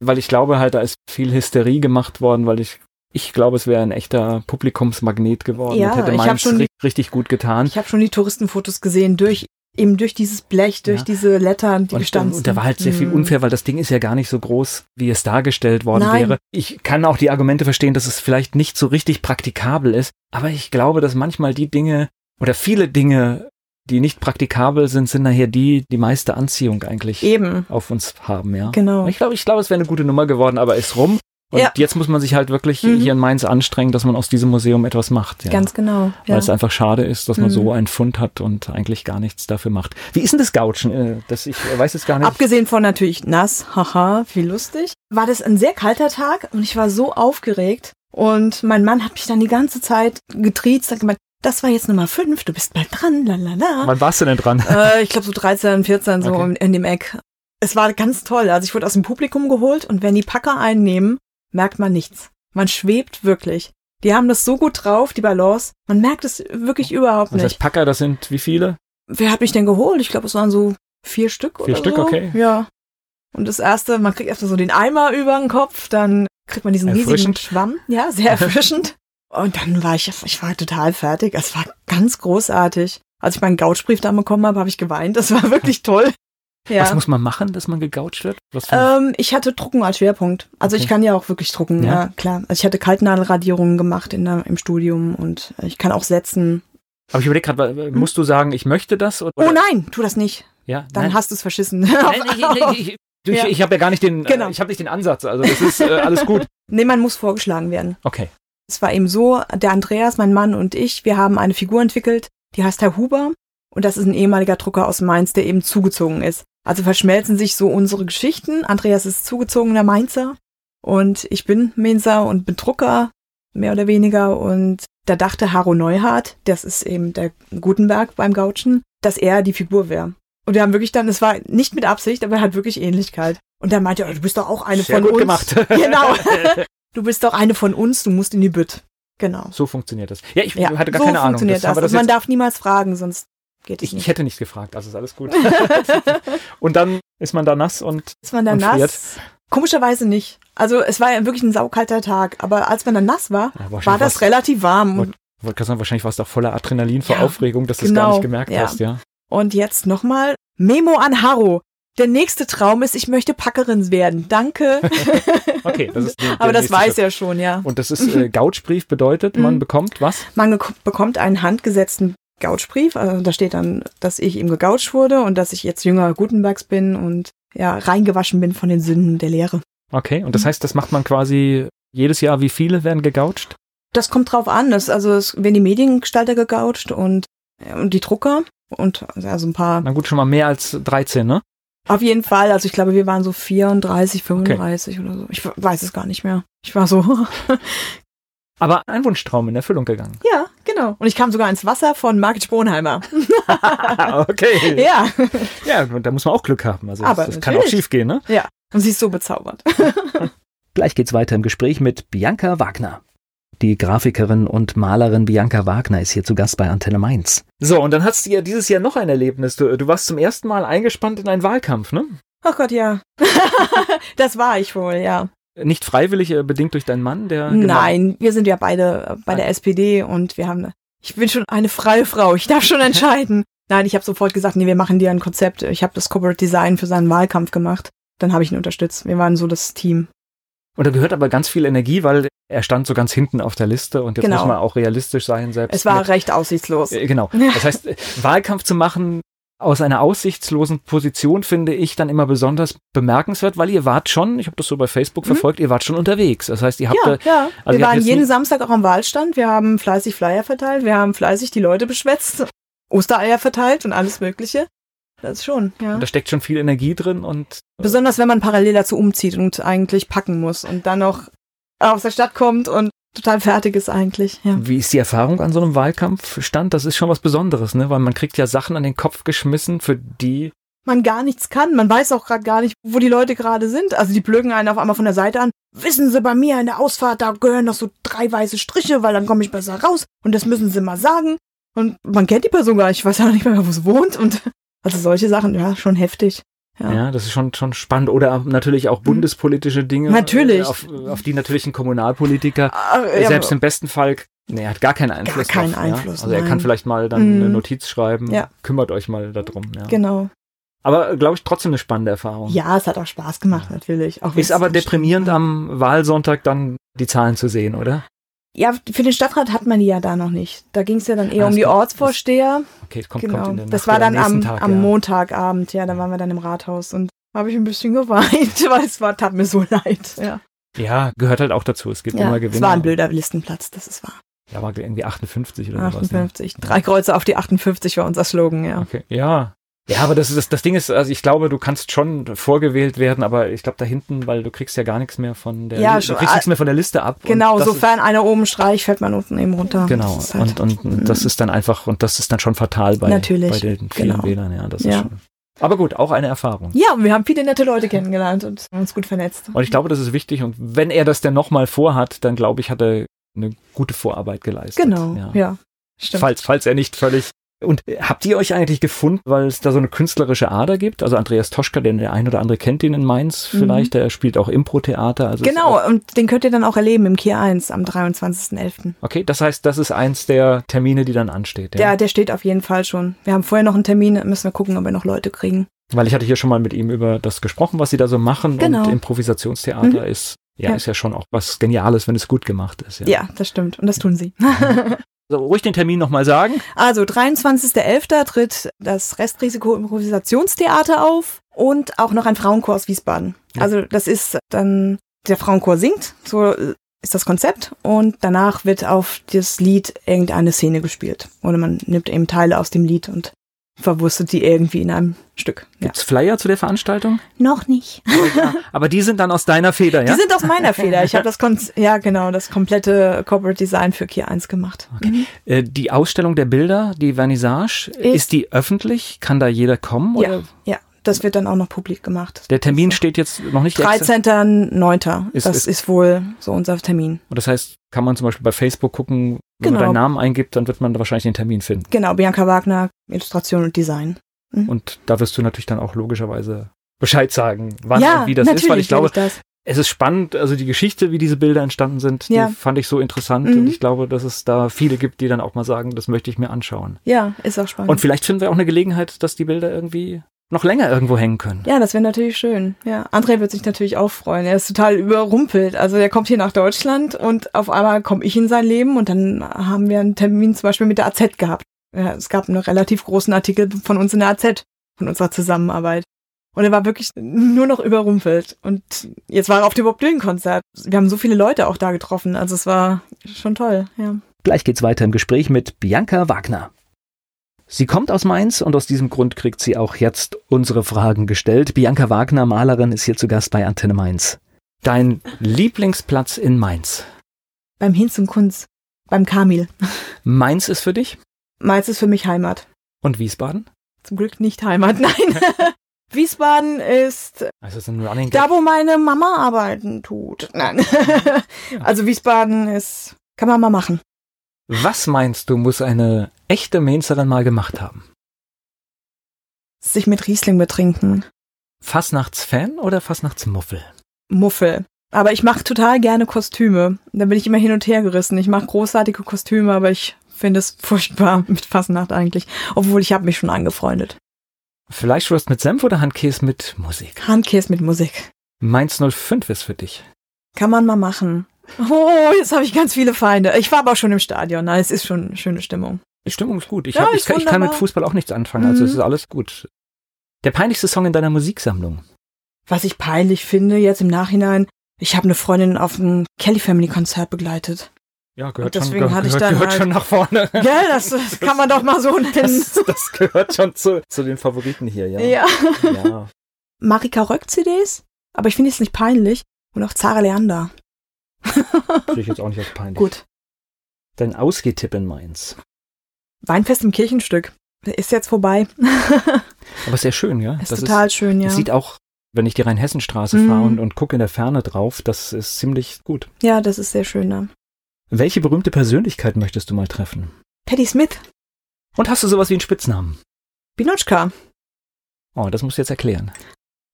S1: weil ich glaube halt, da ist viel Hysterie gemacht worden, weil ich, ich glaube, es wäre ein echter Publikumsmagnet geworden
S2: Ja,
S1: und hätte
S2: ich hab
S1: meinem
S2: schon-
S1: ri- richtig gut getan.
S2: Ich habe schon die Touristenfotos gesehen, durch eben durch dieses Blech, durch
S1: Ja.
S2: diese Lettern, die
S1: Und,
S2: gestanzt
S1: und da war halt sehr viel
S2: Hm.
S1: unfair, weil das Ding ist ja gar nicht so groß, wie es dargestellt worden
S2: Nein.
S1: wäre. Ich kann auch die Argumente verstehen, dass es vielleicht nicht so richtig praktikabel ist, aber ich glaube, dass manchmal die Dinge oder viele Dinge, die nicht praktikabel sind, sind nachher die, die meiste Anziehung eigentlich
S2: Eben,
S1: auf uns haben, ja.
S2: genau.
S1: Ich glaube, ich glaube, es wäre eine gute Nummer geworden, aber ist rum. Und
S2: Ja.
S1: jetzt muss man sich halt wirklich
S2: Mhm.
S1: hier in Mainz anstrengen, dass man aus diesem Museum etwas macht. Ja.
S2: Ganz genau.
S1: Weil
S2: Ja.
S1: es einfach schade ist, dass man
S2: Mhm.
S1: so einen Fund hat und eigentlich gar nichts dafür macht. Wie ist denn das Gauchen? Äh, Das, ich äh, weiß es gar nicht.
S2: Abgesehen von natürlich nass, haha, wie lustig, war das ein sehr kalter Tag und ich war so aufgeregt. Und mein Mann hat mich dann die ganze Zeit getriezt und gemeint, das war jetzt Nummer fünf, du bist bald dran, la la la.
S1: Wann warst du denn dran?
S2: Äh, ich glaube so 13, 14, so
S1: Okay.
S2: in, in dem Eck. Es war ganz toll. Also ich wurde aus dem Publikum geholt und wenn die Packer einnehmen, merkt man nichts. Man schwebt wirklich. Die haben das so gut drauf, die Balance. Man merkt es wirklich überhaupt
S1: Das heißt,
S2: nicht.
S1: Also Packer, das sind wie viele?
S2: Wer hat mich denn geholt? Ich glaube, es waren so vier Stück oder
S1: Vier Stück,
S2: so.
S1: okay.
S2: Ja. Und das erste, man kriegt erstmal so den Eimer über den Kopf, dann kriegt man diesen riesigen
S1: Erfrischend.
S2: Schwamm. Ja, sehr erfrischend. Und dann war ich, ich war total fertig. Es war ganz großartig. Als ich meinen Gouchbrief dann bekommen habe, habe ich geweint. Das war wirklich toll.
S1: Was
S2: Ja.
S1: muss man machen, dass man gegoucht wird? Was für
S2: Ähm, ich hatte Drucken als Schwerpunkt. Also
S1: Okay.
S2: ich kann ja auch wirklich drucken, ja,
S1: Ja.
S2: klar. Also ich hatte Kaltnadelradierungen gemacht in der, im Studium und äh, ich kann auch setzen.
S1: Aber ich überlege
S2: hm.
S1: gerade, musst du sagen, ich möchte das? Oder,
S2: Oh nein, tu das nicht.
S1: Ja,
S2: Dann
S1: nein.
S2: hast du es verschissen.
S1: Nein, ich, ich, ich, du, ich,
S2: Ja.
S1: ich habe ja gar nicht den,
S2: Genau.
S1: äh, ich habe nicht den Ansatz. Also das ist äh, alles gut.
S2: nee, man muss vorgeschlagen werden.
S1: Okay.
S2: Es war eben so, der Andreas, mein Mann und ich, wir haben eine Figur entwickelt, die heißt Herr Huber und das ist ein ehemaliger Drucker aus Mainz, der eben zugezogen ist. Also verschmelzen sich so unsere Geschichten. Andreas ist zugezogener Mainzer und ich bin Mainzer und bin Drucker, mehr oder weniger. Und da dachte Haro Neuhardt, das ist eben der Gutenberg beim Gautschen, dass er die Figur wäre. Und wir haben wirklich dann, es war nicht mit Absicht, aber er hat wirklich Ähnlichkeit. Und dann meinte er, du bist doch auch eine
S1: Sehr
S2: von
S1: gut
S2: uns.
S1: gemacht.
S2: Genau. Du bist doch eine von uns, du musst in die Bütt. Genau.
S1: So funktioniert das. Ja, ich
S2: Ja,
S1: hatte gar
S2: so
S1: keine Ahnung.
S2: funktioniert
S1: haben
S2: das.
S1: wir
S2: Und man
S1: jetzt-
S2: darf niemals fragen, sonst geht es
S1: ich, ich
S2: nicht.
S1: hätte nicht gefragt, also ist alles gut. und dann ist man da nass und
S2: Ist man dann
S1: Und friert.
S2: nass? Komischerweise nicht. Also es war ja wirklich ein saukalter Tag, aber als man dann nass war,
S1: ja,
S2: war
S1: wahrscheinlich
S2: das relativ warm. Und,
S1: warst- wollte gerade sagen, wahrscheinlich warst du auch voller Adrenalin vor
S2: Ja,
S1: Aufregung, dass du es gar
S2: genau,
S1: nicht gemerkt
S2: ja.
S1: hast, ja.
S2: und jetzt nochmal Memo an Haro. Der nächste Traum ist, ich möchte Packerin werden. Danke.
S1: Okay, das ist die- der
S2: aber das
S1: nächste
S2: weiß
S1: Schritt.
S2: er schon, ja.
S1: Und das ist äh, Gouchbrief bedeutet, man
S2: Mhm.
S1: bekommt was?
S2: Man gek- bekommt einen handgesetzten Gouchbrief. Also da steht dann, dass ich ihm gegoucht wurde und dass ich jetzt Jünger Gutenbergs bin und ja, reingewaschen bin von den Sünden der Lehre.
S1: Okay,
S2: Mhm.
S1: und das heißt, das macht man quasi jedes Jahr, wie viele werden gegoucht?
S2: Das kommt drauf an. Das, also es werden die Mediengestalter gegoucht und, und die Drucker und also ein paar.
S1: Na gut, schon mal mehr als 13, ne?
S2: Auf jeden Fall, also ich glaube, wir waren so 34, 35 oder so. Ich weiß es gar nicht mehr. Ich war so,
S1: Aber ein Wunschtraum in Erfüllung gegangen.
S2: ja, genau. Und ich kam sogar ins Wasser von Margit Sponheimer.
S1: Ah, okay.
S2: Ja.
S1: Ja, da muss man auch Glück haben. Also
S2: Aber
S1: das, das kann auch
S2: natürlich.
S1: schief gehen, ne?
S2: Und sie ist so bezaubert.
S3: Gleich geht's weiter im Gespräch mit Bianca Wagner. Die Grafikerin und Malerin Bianca Wagner ist hier zu Gast bei Antenne Mainz.
S1: So, und dann hast du ja dieses Jahr noch ein Erlebnis. Du, du warst zum ersten Mal eingespannt in einen Wahlkampf, ne?
S2: Ach Gott, ja. das war ich wohl, ja.
S1: Nicht freiwillig, äh, bedingt durch deinen Mann, der.
S2: Nein, wir sind ja beide
S1: Ah.
S2: äh, bei der SPD und wir haben, ich bin schon eine freie Frau, ich darf schon entscheiden. Nein, ich habe sofort gesagt, nee, wir machen dir ein Konzept. Ich habe das Corporate Design für seinen Wahlkampf gemacht. Dann habe ich ihn unterstützt. Wir waren so das Team.
S1: Und da gehört aber ganz viel Energie, weil er stand so ganz hinten auf der Liste und jetzt
S2: Genau.
S1: muss man auch realistisch sein, selbst.
S2: Es war
S1: mit,
S2: recht aussichtslos.
S1: äh, genau. Das heißt, äh, Wahlkampf zu machen aus einer aussichtslosen Position finde ich dann immer besonders bemerkenswert, weil ihr wart schon, ich habe das so bei Facebook
S2: Mhm.
S1: verfolgt, ihr wart schon unterwegs. Das heißt, ihr habt
S2: Ja,
S1: da,
S2: ja.
S1: also ihr
S2: wir
S1: habt
S2: waren
S1: jetzt
S2: jeden
S1: nie-
S2: Samstag auch am Wahlstand. Wir haben fleißig Flyer verteilt. Wir haben fleißig die Leute beschwätzt. Ostereier verteilt und alles Mögliche. Das schon, ja.
S1: da steckt schon viel Energie drin und
S2: Besonders wenn man parallel dazu umzieht und eigentlich packen muss und dann noch aus der Stadt kommt und total fertig ist eigentlich, ja.
S1: Wie ist die Erfahrung an so einem Wahlkampfstand? Das ist schon was Besonderes, ne? Weil man kriegt ja Sachen an den Kopf geschmissen, für die.
S2: Man gar nichts kann. Man weiß auch gerade gar nicht, wo die Leute gerade sind. Also die blöken einen auf einmal von der Seite an. Wissen Sie, bei mir in der Ausfahrt, da gehören noch so drei weiße Striche, weil dann komme ich besser raus. Und das müssen Sie mal sagen. Und man kennt die Person gar nicht. Ich weiß ja nicht mehr, wo es wohnt. Und also solche Sachen, ja, schon heftig. Ja. Mhm.
S1: Ja, das ist schon, schon spannend. Oder natürlich auch bundespolitische Dinge.
S2: Natürlich.
S1: äh, Auf, auf die natürlich ein Kommunalpolitiker,
S2: Ah,
S1: äh,
S2: ja,
S1: selbst im besten Fall, nee, er hat gar keinen Einfluss.
S2: keinen
S1: drauf,
S2: Einfluss,
S1: Ja? Also er
S2: nein.
S1: kann vielleicht mal dann
S2: Mhm.
S1: eine Notiz schreiben.
S2: Ja.
S1: Kümmert euch mal darum. Ja.
S2: Genau.
S1: Aber glaube ich trotzdem eine spannende Erfahrung.
S2: Ja, es hat auch Spaß gemacht, natürlich. Auch wenn
S1: Oh. Ist
S2: es
S1: aber
S2: anstrengend
S1: deprimierend
S2: war.
S1: am Wahlsonntag dann die Zahlen zu sehen, oder?
S2: Ja, für den Stadtrat hat man die ja da noch nicht. Da ging es ja dann eher
S1: Ah,
S2: um
S1: das
S2: die
S1: kommt- das-
S2: Ortsvorsteher.
S1: Okay, es kommt,
S2: genau.
S1: kommt in der Nacht
S2: das war
S1: oder
S2: dann
S1: nächsten
S2: am,
S1: Tag,
S2: am
S1: ja.
S2: Montagabend, ja, da waren wir dann im Rathaus und habe ich ein bisschen geweint, weil es war, tat mir so leid. Ja.
S1: Ja, gehört halt auch dazu. Es gibt
S2: Ja,
S1: immer Gewinner.
S2: es war ein blöder Listenplatz, das ist wahr.
S1: Ja, war irgendwie 58 oder sowas. ne?
S2: 58. Drei Kreuze auf die 58 war unser Slogan, ja.
S1: Okay, ja. Ja, aber das, ist, das, das Ding ist, also ich glaube, du kannst schon vorgewählt werden, aber ich glaube da hinten, weil du kriegst ja gar nichts mehr von der,
S2: Ja,
S1: Li-
S2: schon, ah,
S1: du kriegst nichts mehr von der Liste ab. Und
S2: Genau,
S1: das
S2: sofern einer oben streicht, fällt man unten eben runter.
S1: Ist, genau.
S2: Das ist halt,
S1: und, und das ist dann einfach, und das ist dann schon fatal bei,
S2: Natürlich,
S1: bei den vielen
S2: genau.
S1: Wählern, ja. Das
S2: Ja.
S1: ist schon. Aber gut, auch eine Erfahrung.
S2: ja, und wir haben viele nette Leute kennengelernt und haben uns gut vernetzt.
S1: Und ich glaube, das ist wichtig. Und wenn er das denn nochmal vorhat, dann glaube ich, hat er eine gute Vorarbeit geleistet.
S2: Genau, ja.
S1: Ja.
S2: stimmt.
S1: Falls, falls er nicht völlig. Und habt ihr euch eigentlich gefunden, weil es da so eine künstlerische Ader gibt? Also Andreas Toschka, den der ein oder andere kennt ihn in Mainz vielleicht, der spielt auch Impro-Theater. Also ist Auch,
S2: Mhm. Genau, und den könnt ihr dann auch erleben im Kier 1 am 23.11.
S1: okay, das heißt, das ist eins der Termine, die dann ansteht.
S2: Der, der steht auf jeden Fall schon. Wir haben vorher noch einen Termin, müssen wir gucken, ob wir noch Leute kriegen.
S1: Weil ich hatte hier schon mal mit ihm über das gesprochen, was sie da so machen.
S2: Genau. Mhm.
S1: Und Improvisationstheater ist, ja,
S2: Ja.
S1: ist ja schon auch was Geniales, wenn es gut gemacht ist. Ja.
S2: Ja, das stimmt. Und das tun sie.
S1: Also ruhig den Termin nochmal sagen.
S2: Also 23.11. tritt das Restrisiko Improvisationstheater auf und auch noch ein Frauenchor aus Wiesbaden.
S1: Ja.
S2: Also das ist dann, der Frauenchor singt, so äh, ist das Konzept und danach wird auf das Lied irgendeine Szene gespielt. Oder man nimmt eben Teile aus dem Lied und verwurstet die irgendwie in einem Stück. Ja.
S1: Gibt's Flyer zu der Veranstaltung?
S2: Noch nicht.
S1: Aber die sind dann aus deiner Feder, ja?
S2: Die sind aus meiner Feder. Ich habe das, Kon ja genau, das komplette Corporate Design für Kia 1 gemacht.
S1: Äh, die Ausstellung der Bilder, die Vernissage, ist,
S2: Ist-
S1: die öffentlich? Kann da jeder kommen?
S2: Ja,
S1: Oder?
S2: ja, das wird dann auch noch publik gemacht.
S1: Der Termin steht jetzt noch nicht exakt.
S2: 13.09.
S1: Ist-
S2: das
S1: ist-
S2: ist, wohl so unser Termin.
S1: Und das heißt, kann man zum Beispiel bei Facebook gucken, wenn man
S2: Genau.
S1: deinen Namen eingibt, dann wird man da wahrscheinlich den Termin finden.
S2: Genau, Bianca Wagner, Illustration und Design.
S1: Und da wirst du natürlich dann auch logischerweise Bescheid sagen, wann und wie das ist, weil ich
S2: natürlich
S1: glaube,
S2: werde ich das.
S1: es ist spannend, also die Geschichte, wie diese Bilder entstanden sind,
S2: Ja.
S1: die fand ich so interessant
S2: Mhm.
S1: und ich glaube, dass es da viele gibt, die dann auch mal sagen, das möchte ich mir anschauen.
S2: Ja, ist auch spannend.
S1: Und vielleicht finden wir auch eine Gelegenheit, dass die Bilder irgendwie noch länger irgendwo hängen können.
S2: ja, das wäre natürlich schön. Ja, André wird sich natürlich auch freuen. Er ist total überrumpelt. Also er kommt hier nach Deutschland und auf einmal komme ich in sein Leben und dann haben wir einen Termin zum Beispiel mit der AZ gehabt. Ja, es gab einen relativ großen Artikel von uns in der AZ, von unserer Zusammenarbeit. Und er war wirklich nur noch überrumpelt. Und jetzt war er auf dem Bob Dylan-Konzert. Wir haben so viele Leute auch da getroffen. Also es war schon toll, ja.
S3: Gleich geht's weiter im Gespräch mit Bianca Wagner. Sie kommt aus Mainz und aus diesem Grund kriegt sie auch jetzt unsere Fragen gestellt. Bianca Wagner, Malerin, ist hier zu Gast bei Antenne Mainz.
S1: Dein Lieblingsplatz in Mainz.
S2: Beim Hinz und Kunz, beim Kamil.
S1: Mainz ist für dich
S2: Mainz ist für mich Heimat.
S1: und Wiesbaden?
S2: Zum Glück nicht Heimat, nein. Wiesbaden ist
S1: Also es ist ein Running
S2: da, wo meine Mama arbeiten tut. Nein. also Wiesbaden ist, kann man mal machen.
S1: Was meinst du, muss eine echte Mainzerin mal gemacht haben?
S2: Sich mit Riesling betrinken.
S1: Fasnachtsfan oder Fasnachtsmuffel?
S2: Muffel. Aber ich mache total gerne Kostüme. Da bin ich immer hin und her gerissen. Ich mache großartige Kostüme, aber ich finde es furchtbar mit Fasnacht eigentlich. Obwohl ich habe mich schon angefreundet.
S1: Fleischwurst mit Senf oder Handkäse mit Musik?
S2: Handkäse mit Musik.
S1: Mainz 05 ist für dich.
S2: Kann man mal machen. Oh, jetzt habe ich ganz viele Feinde. Ich war aber auch schon im Stadion. Na, es ist schon eine schöne Stimmung.
S1: Die Stimmung ist gut. Ich,
S2: Ja,
S1: hab, ich,
S2: ist
S1: kann, ich kann mit
S2: wunderbar.
S1: Fußball auch nichts anfangen, also
S2: Mhm.
S1: es ist alles gut. Der peinlichste Song in deiner Musiksammlung.
S2: Was ich peinlich finde jetzt im Nachhinein, ich habe eine Freundin auf ein Kelly Family Konzert begleitet.
S1: Ja,
S2: gehört Und schon- deswegen gehört- hatte ich gehört- dann gehört halt- schon
S1: nach vorne.
S2: Gell, das, das kann man doch mal so nennen.
S1: das gehört schon zu, zu den Favoriten hier,
S2: Ja.
S1: ja.
S2: Marika Röck CDs, aber ich finde es nicht peinlich. Und auch Zara Leander.
S1: Sehe ich jetzt auch nicht als peinlich.
S2: Gut.
S1: Dein Ausgehtipp in Mainz.
S2: Weinfest im Kirchenstück. Ist jetzt vorbei.
S1: Aber sehr schön, ja?
S2: Ist
S1: Das
S2: total schön, ja.
S1: Es sieht auch, wenn ich die Rheinhessenstraße
S2: Mhm.
S1: fahre und, und gucke in der Ferne drauf, das ist ziemlich gut.
S2: Ja, das ist sehr schön. Ne?
S1: Welche berühmte Persönlichkeit möchtest du mal treffen?
S2: Patti Smith,
S1: Und hast du sowas wie einen Spitznamen?
S2: Binotschka.
S1: Oh, das musst du jetzt erklären.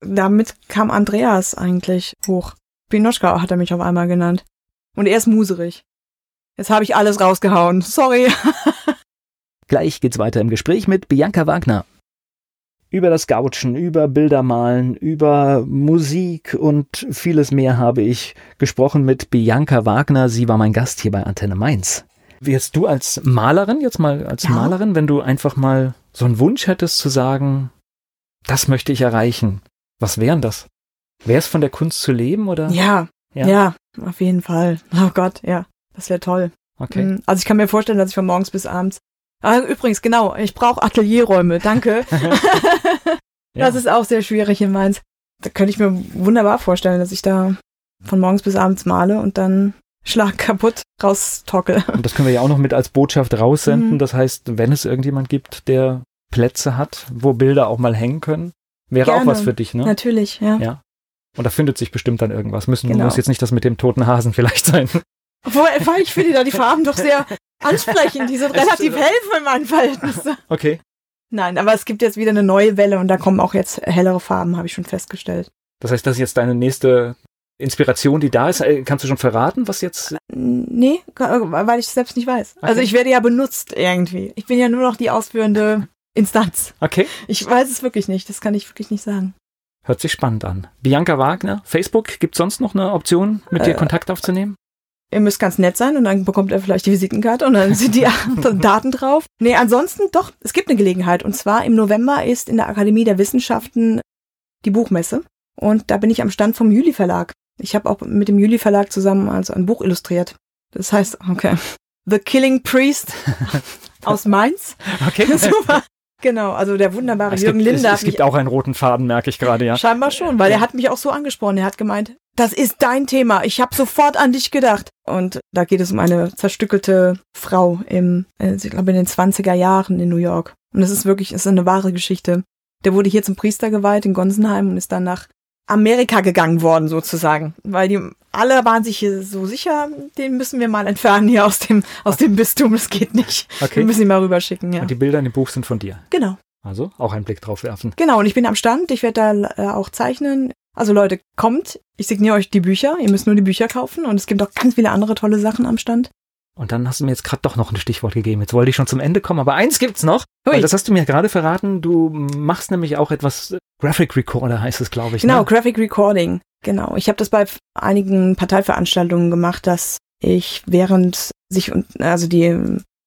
S2: Damit kam Andreas eigentlich hoch. Binotschka hat er mich auf einmal genannt. Und er ist muserig. Jetzt habe ich alles rausgehauen. Sorry.
S3: Gleich geht's weiter im Gespräch mit Bianca Wagner. Über das Gautschen, über Bildermalen, über Musik und vieles mehr habe ich gesprochen mit Bianca Wagner. Sie war mein Gast hier bei Antenne Mainz.
S1: Wärst du als Malerin, jetzt mal als
S2: Ja.
S1: Malerin, wenn du einfach mal so einen Wunsch hättest zu sagen, das möchte ich erreichen, was wären das? Wäre es von der Kunst zu leben oder?
S2: Ja, Ja. auf jeden Fall. Oh Gott, ja. Das wäre toll.
S1: Okay.
S2: Mm, Also ich kann mir vorstellen, dass ich von morgens bis abends. Ah, übrigens, genau, ich brauche Atelierräume, danke.
S1: Ja.
S2: Das ist auch sehr schwierig in Mainz. Da könnte ich mir wunderbar vorstellen, dass ich da von morgens bis abends male und dann Schlag kaputt raustocke.
S1: Und das können wir ja auch noch mit als Botschaft raussenden.
S2: Mhm.
S1: Das heißt, wenn es irgendjemand gibt, der Plätze hat, wo Bilder auch mal hängen können, wäre auch
S2: Gerne.
S1: was für dich, ne?
S2: Natürlich, ja.
S1: Ja. Und da findet sich bestimmt dann irgendwas. Müssen
S2: Genau.
S1: muss jetzt nicht das mit dem toten Hasen vielleicht sein.
S2: Obwohl, vor allem, ich finde da die Farben doch sehr ansprechend. Die sind
S1: Es-
S2: relativ hell für mein Verhältnis.
S1: Okay.
S2: Nein, aber es gibt jetzt wieder eine neue Welle und da kommen auch jetzt hellere Farben, habe ich schon festgestellt.
S1: Das heißt, das ist jetzt deine nächste Inspiration, die da ist. Äh, Kannst du schon verraten, was jetzt?
S2: Nee, äh, weil ich es selbst nicht weiß. Also
S1: Okay.
S2: ich werde ja benutzt irgendwie. Ich bin ja nur noch die ausführende Instanz.
S1: Okay.
S2: Ich weiß es wirklich nicht. Das kann ich wirklich nicht sagen.
S1: Hört sich spannend an. Bianca Wagner, Facebook, gibt sonst noch eine Option, mit dir
S2: Äh,
S1: Kontakt aufzunehmen?
S2: Ihr müsst ganz nett sein und dann bekommt er vielleicht die Visitenkarte und dann sind die Daten drauf. Nee, ansonsten doch, es gibt eine Gelegenheit. Und zwar im November ist in der Akademie der Wissenschaften die Buchmesse. Und da bin ich am Stand vom Juli Verlag. Ich habe auch mit dem Juli Verlag zusammen also ein Buch illustriert. Das heißt, okay, The Killing Priest aus Mainz.
S1: Okay.
S2: Super. Genau, also der wunderbare
S1: es
S2: Jürgen
S1: gibt, es,
S2: Linder
S1: es
S2: hat mich
S1: gibt auch einen roten Faden, merke ich gerade, ja.
S2: Scheinbar schon, weil er hat mich auch so angesprochen. Er hat gemeint, das ist dein Thema. Ich habe sofort an dich gedacht. Und da geht es um eine zerstückelte Frau im, äh, ich glaube in den 20er Jahren in New York. Und das ist wirklich, es ist eine wahre Geschichte. Der wurde hier zum Priester geweiht in Gonsenheim und ist dann nach Amerika gegangen worden sozusagen, weil die alle waren sich hier so sicher, den müssen wir mal entfernen hier aus dem aus dem Bistum, das geht nicht. Wir
S1: Okay.
S2: müssen ihn mal rüberschicken, ja.
S1: Und die Bilder in dem Buch sind von dir.
S2: Genau.
S1: Also auch einen Blick drauf werfen.
S2: Genau, und ich bin am Stand, ich werde da äh, auch zeichnen. Also Leute, kommt, ich signiere euch die Bücher, ihr müsst nur die Bücher kaufen und es gibt auch ganz viele andere tolle Sachen am Stand.
S1: Und dann hast du mir jetzt gerade doch noch ein Stichwort gegeben. Jetzt wollte ich schon zum Ende kommen, aber eins gibt's noch.
S2: Hui.
S1: Weil das hast du mir gerade verraten. Du machst nämlich auch etwas äh, Graphic Recorder heißt es, glaube ich.
S2: Genau,
S1: Ne?
S2: Graphic Recording. Genau. Ich habe das bei f- einigen Parteiveranstaltungen gemacht, dass ich während sich und also die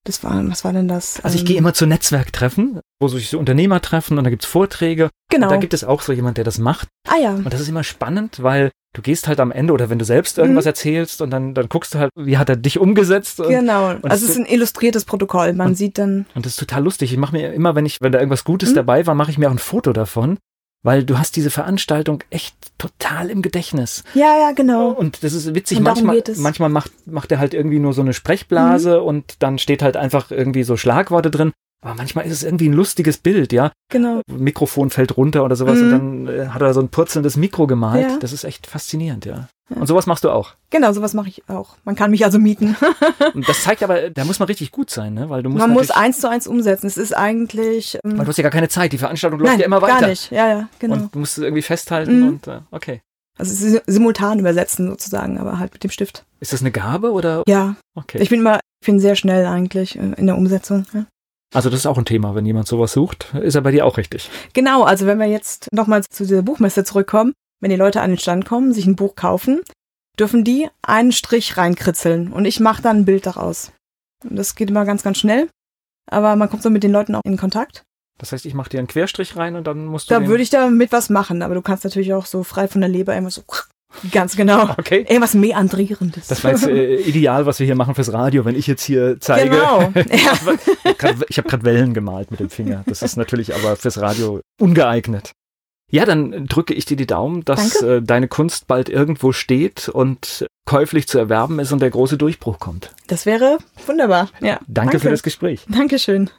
S2: das war was war denn das?
S1: Also ich
S2: Ähm,
S1: gehe immer zu Netzwerktreffen, wo sich so Unternehmer treffen und da gibt's Vorträge.
S2: genau.
S1: Und da gibt es auch so jemand, der das macht.
S2: ah ja.
S1: Und das ist immer spannend, weil du gehst halt am Ende oder wenn du selbst irgendwas
S2: Mhm.
S1: erzählst und dann, dann guckst du halt, wie hat er dich umgesetzt. Und,
S2: Genau.
S1: das
S2: also es ist ein illustriertes Protokoll. Man
S1: Und-
S2: sieht dann
S1: und das ist total lustig. Ich mache mir immer, wenn ich, wenn da irgendwas Gutes
S2: Mhm.
S1: dabei war, mache ich mir auch ein Foto davon, weil du hast diese Veranstaltung echt total im Gedächtnis.
S2: Ja, ja, genau.
S1: Und das ist witzig.
S2: Und darum
S1: Manchmal,
S2: geht es. Mhm.
S1: manchmal macht, macht er halt irgendwie nur so eine Sprechblase und dann steht halt einfach irgendwie so Schlagworte drin. Aber manchmal ist es irgendwie ein lustiges Bild, ja.
S2: Genau.
S1: Mikrofon fällt runter oder sowas
S2: Mhm.
S1: und dann äh, hat er so ein purzelndes Mikro gemalt.
S2: Ja.
S1: Das ist echt faszinierend, ja.
S2: Ja.
S1: Und sowas machst du auch.
S2: Genau, sowas mache ich auch. Man kann mich also mieten.
S1: Und das zeigt aber, da muss man richtig gut sein, ne? Weil du musst
S2: Man muss
S1: natürlich-
S2: eins zu eins umsetzen. Es ist eigentlich ähm,
S1: weil du hast ja gar keine Zeit. Die Veranstaltung läuft ja immer weiter.
S2: gar nicht. Ja, ja, genau.
S1: Und du musst es irgendwie festhalten
S2: Mhm.
S1: und äh, okay.
S2: also si- simultan übersetzen sozusagen, aber halt mit dem Stift.
S1: Ist das eine Gabe oder
S2: Ja,
S1: okay?
S2: ich bin immer, ich bin sehr schnell eigentlich äh, in der Umsetzung. Ja.
S1: also das ist auch ein Thema, wenn jemand sowas sucht, ist er bei dir auch richtig.
S2: Genau, also wenn wir jetzt nochmal zu dieser Buchmesse zurückkommen, wenn die Leute an den Stand kommen, sich ein Buch kaufen, dürfen die einen Strich reinkritzeln und ich mache dann ein Bild daraus. Und das geht immer ganz, ganz schnell. Aber man kommt so mit den Leuten auch in Kontakt.
S1: Das heißt, ich mache dir einen Querstrich rein und dann musst du
S2: Da
S1: den-
S2: würde ich damit was machen, aber du kannst natürlich auch so frei von der Leber immer so ganz genau.
S1: Okay.
S2: Irgendwas meandrierendes.
S1: Das war jetzt äh, ideal, was wir hier machen fürs Radio, wenn ich jetzt hier zeige.
S2: Genau. Ja.
S1: Grad- Ich habe gerade Wellen gemalt mit dem Finger. Das ist natürlich aber fürs Radio ungeeignet. Ja, dann drücke ich dir die Daumen, dass äh, deine Kunst bald irgendwo steht und käuflich zu erwerben ist und der große Durchbruch kommt.
S2: Das wäre wunderbar. Ja.
S1: Danke, für das Gespräch.
S2: Dankeschön.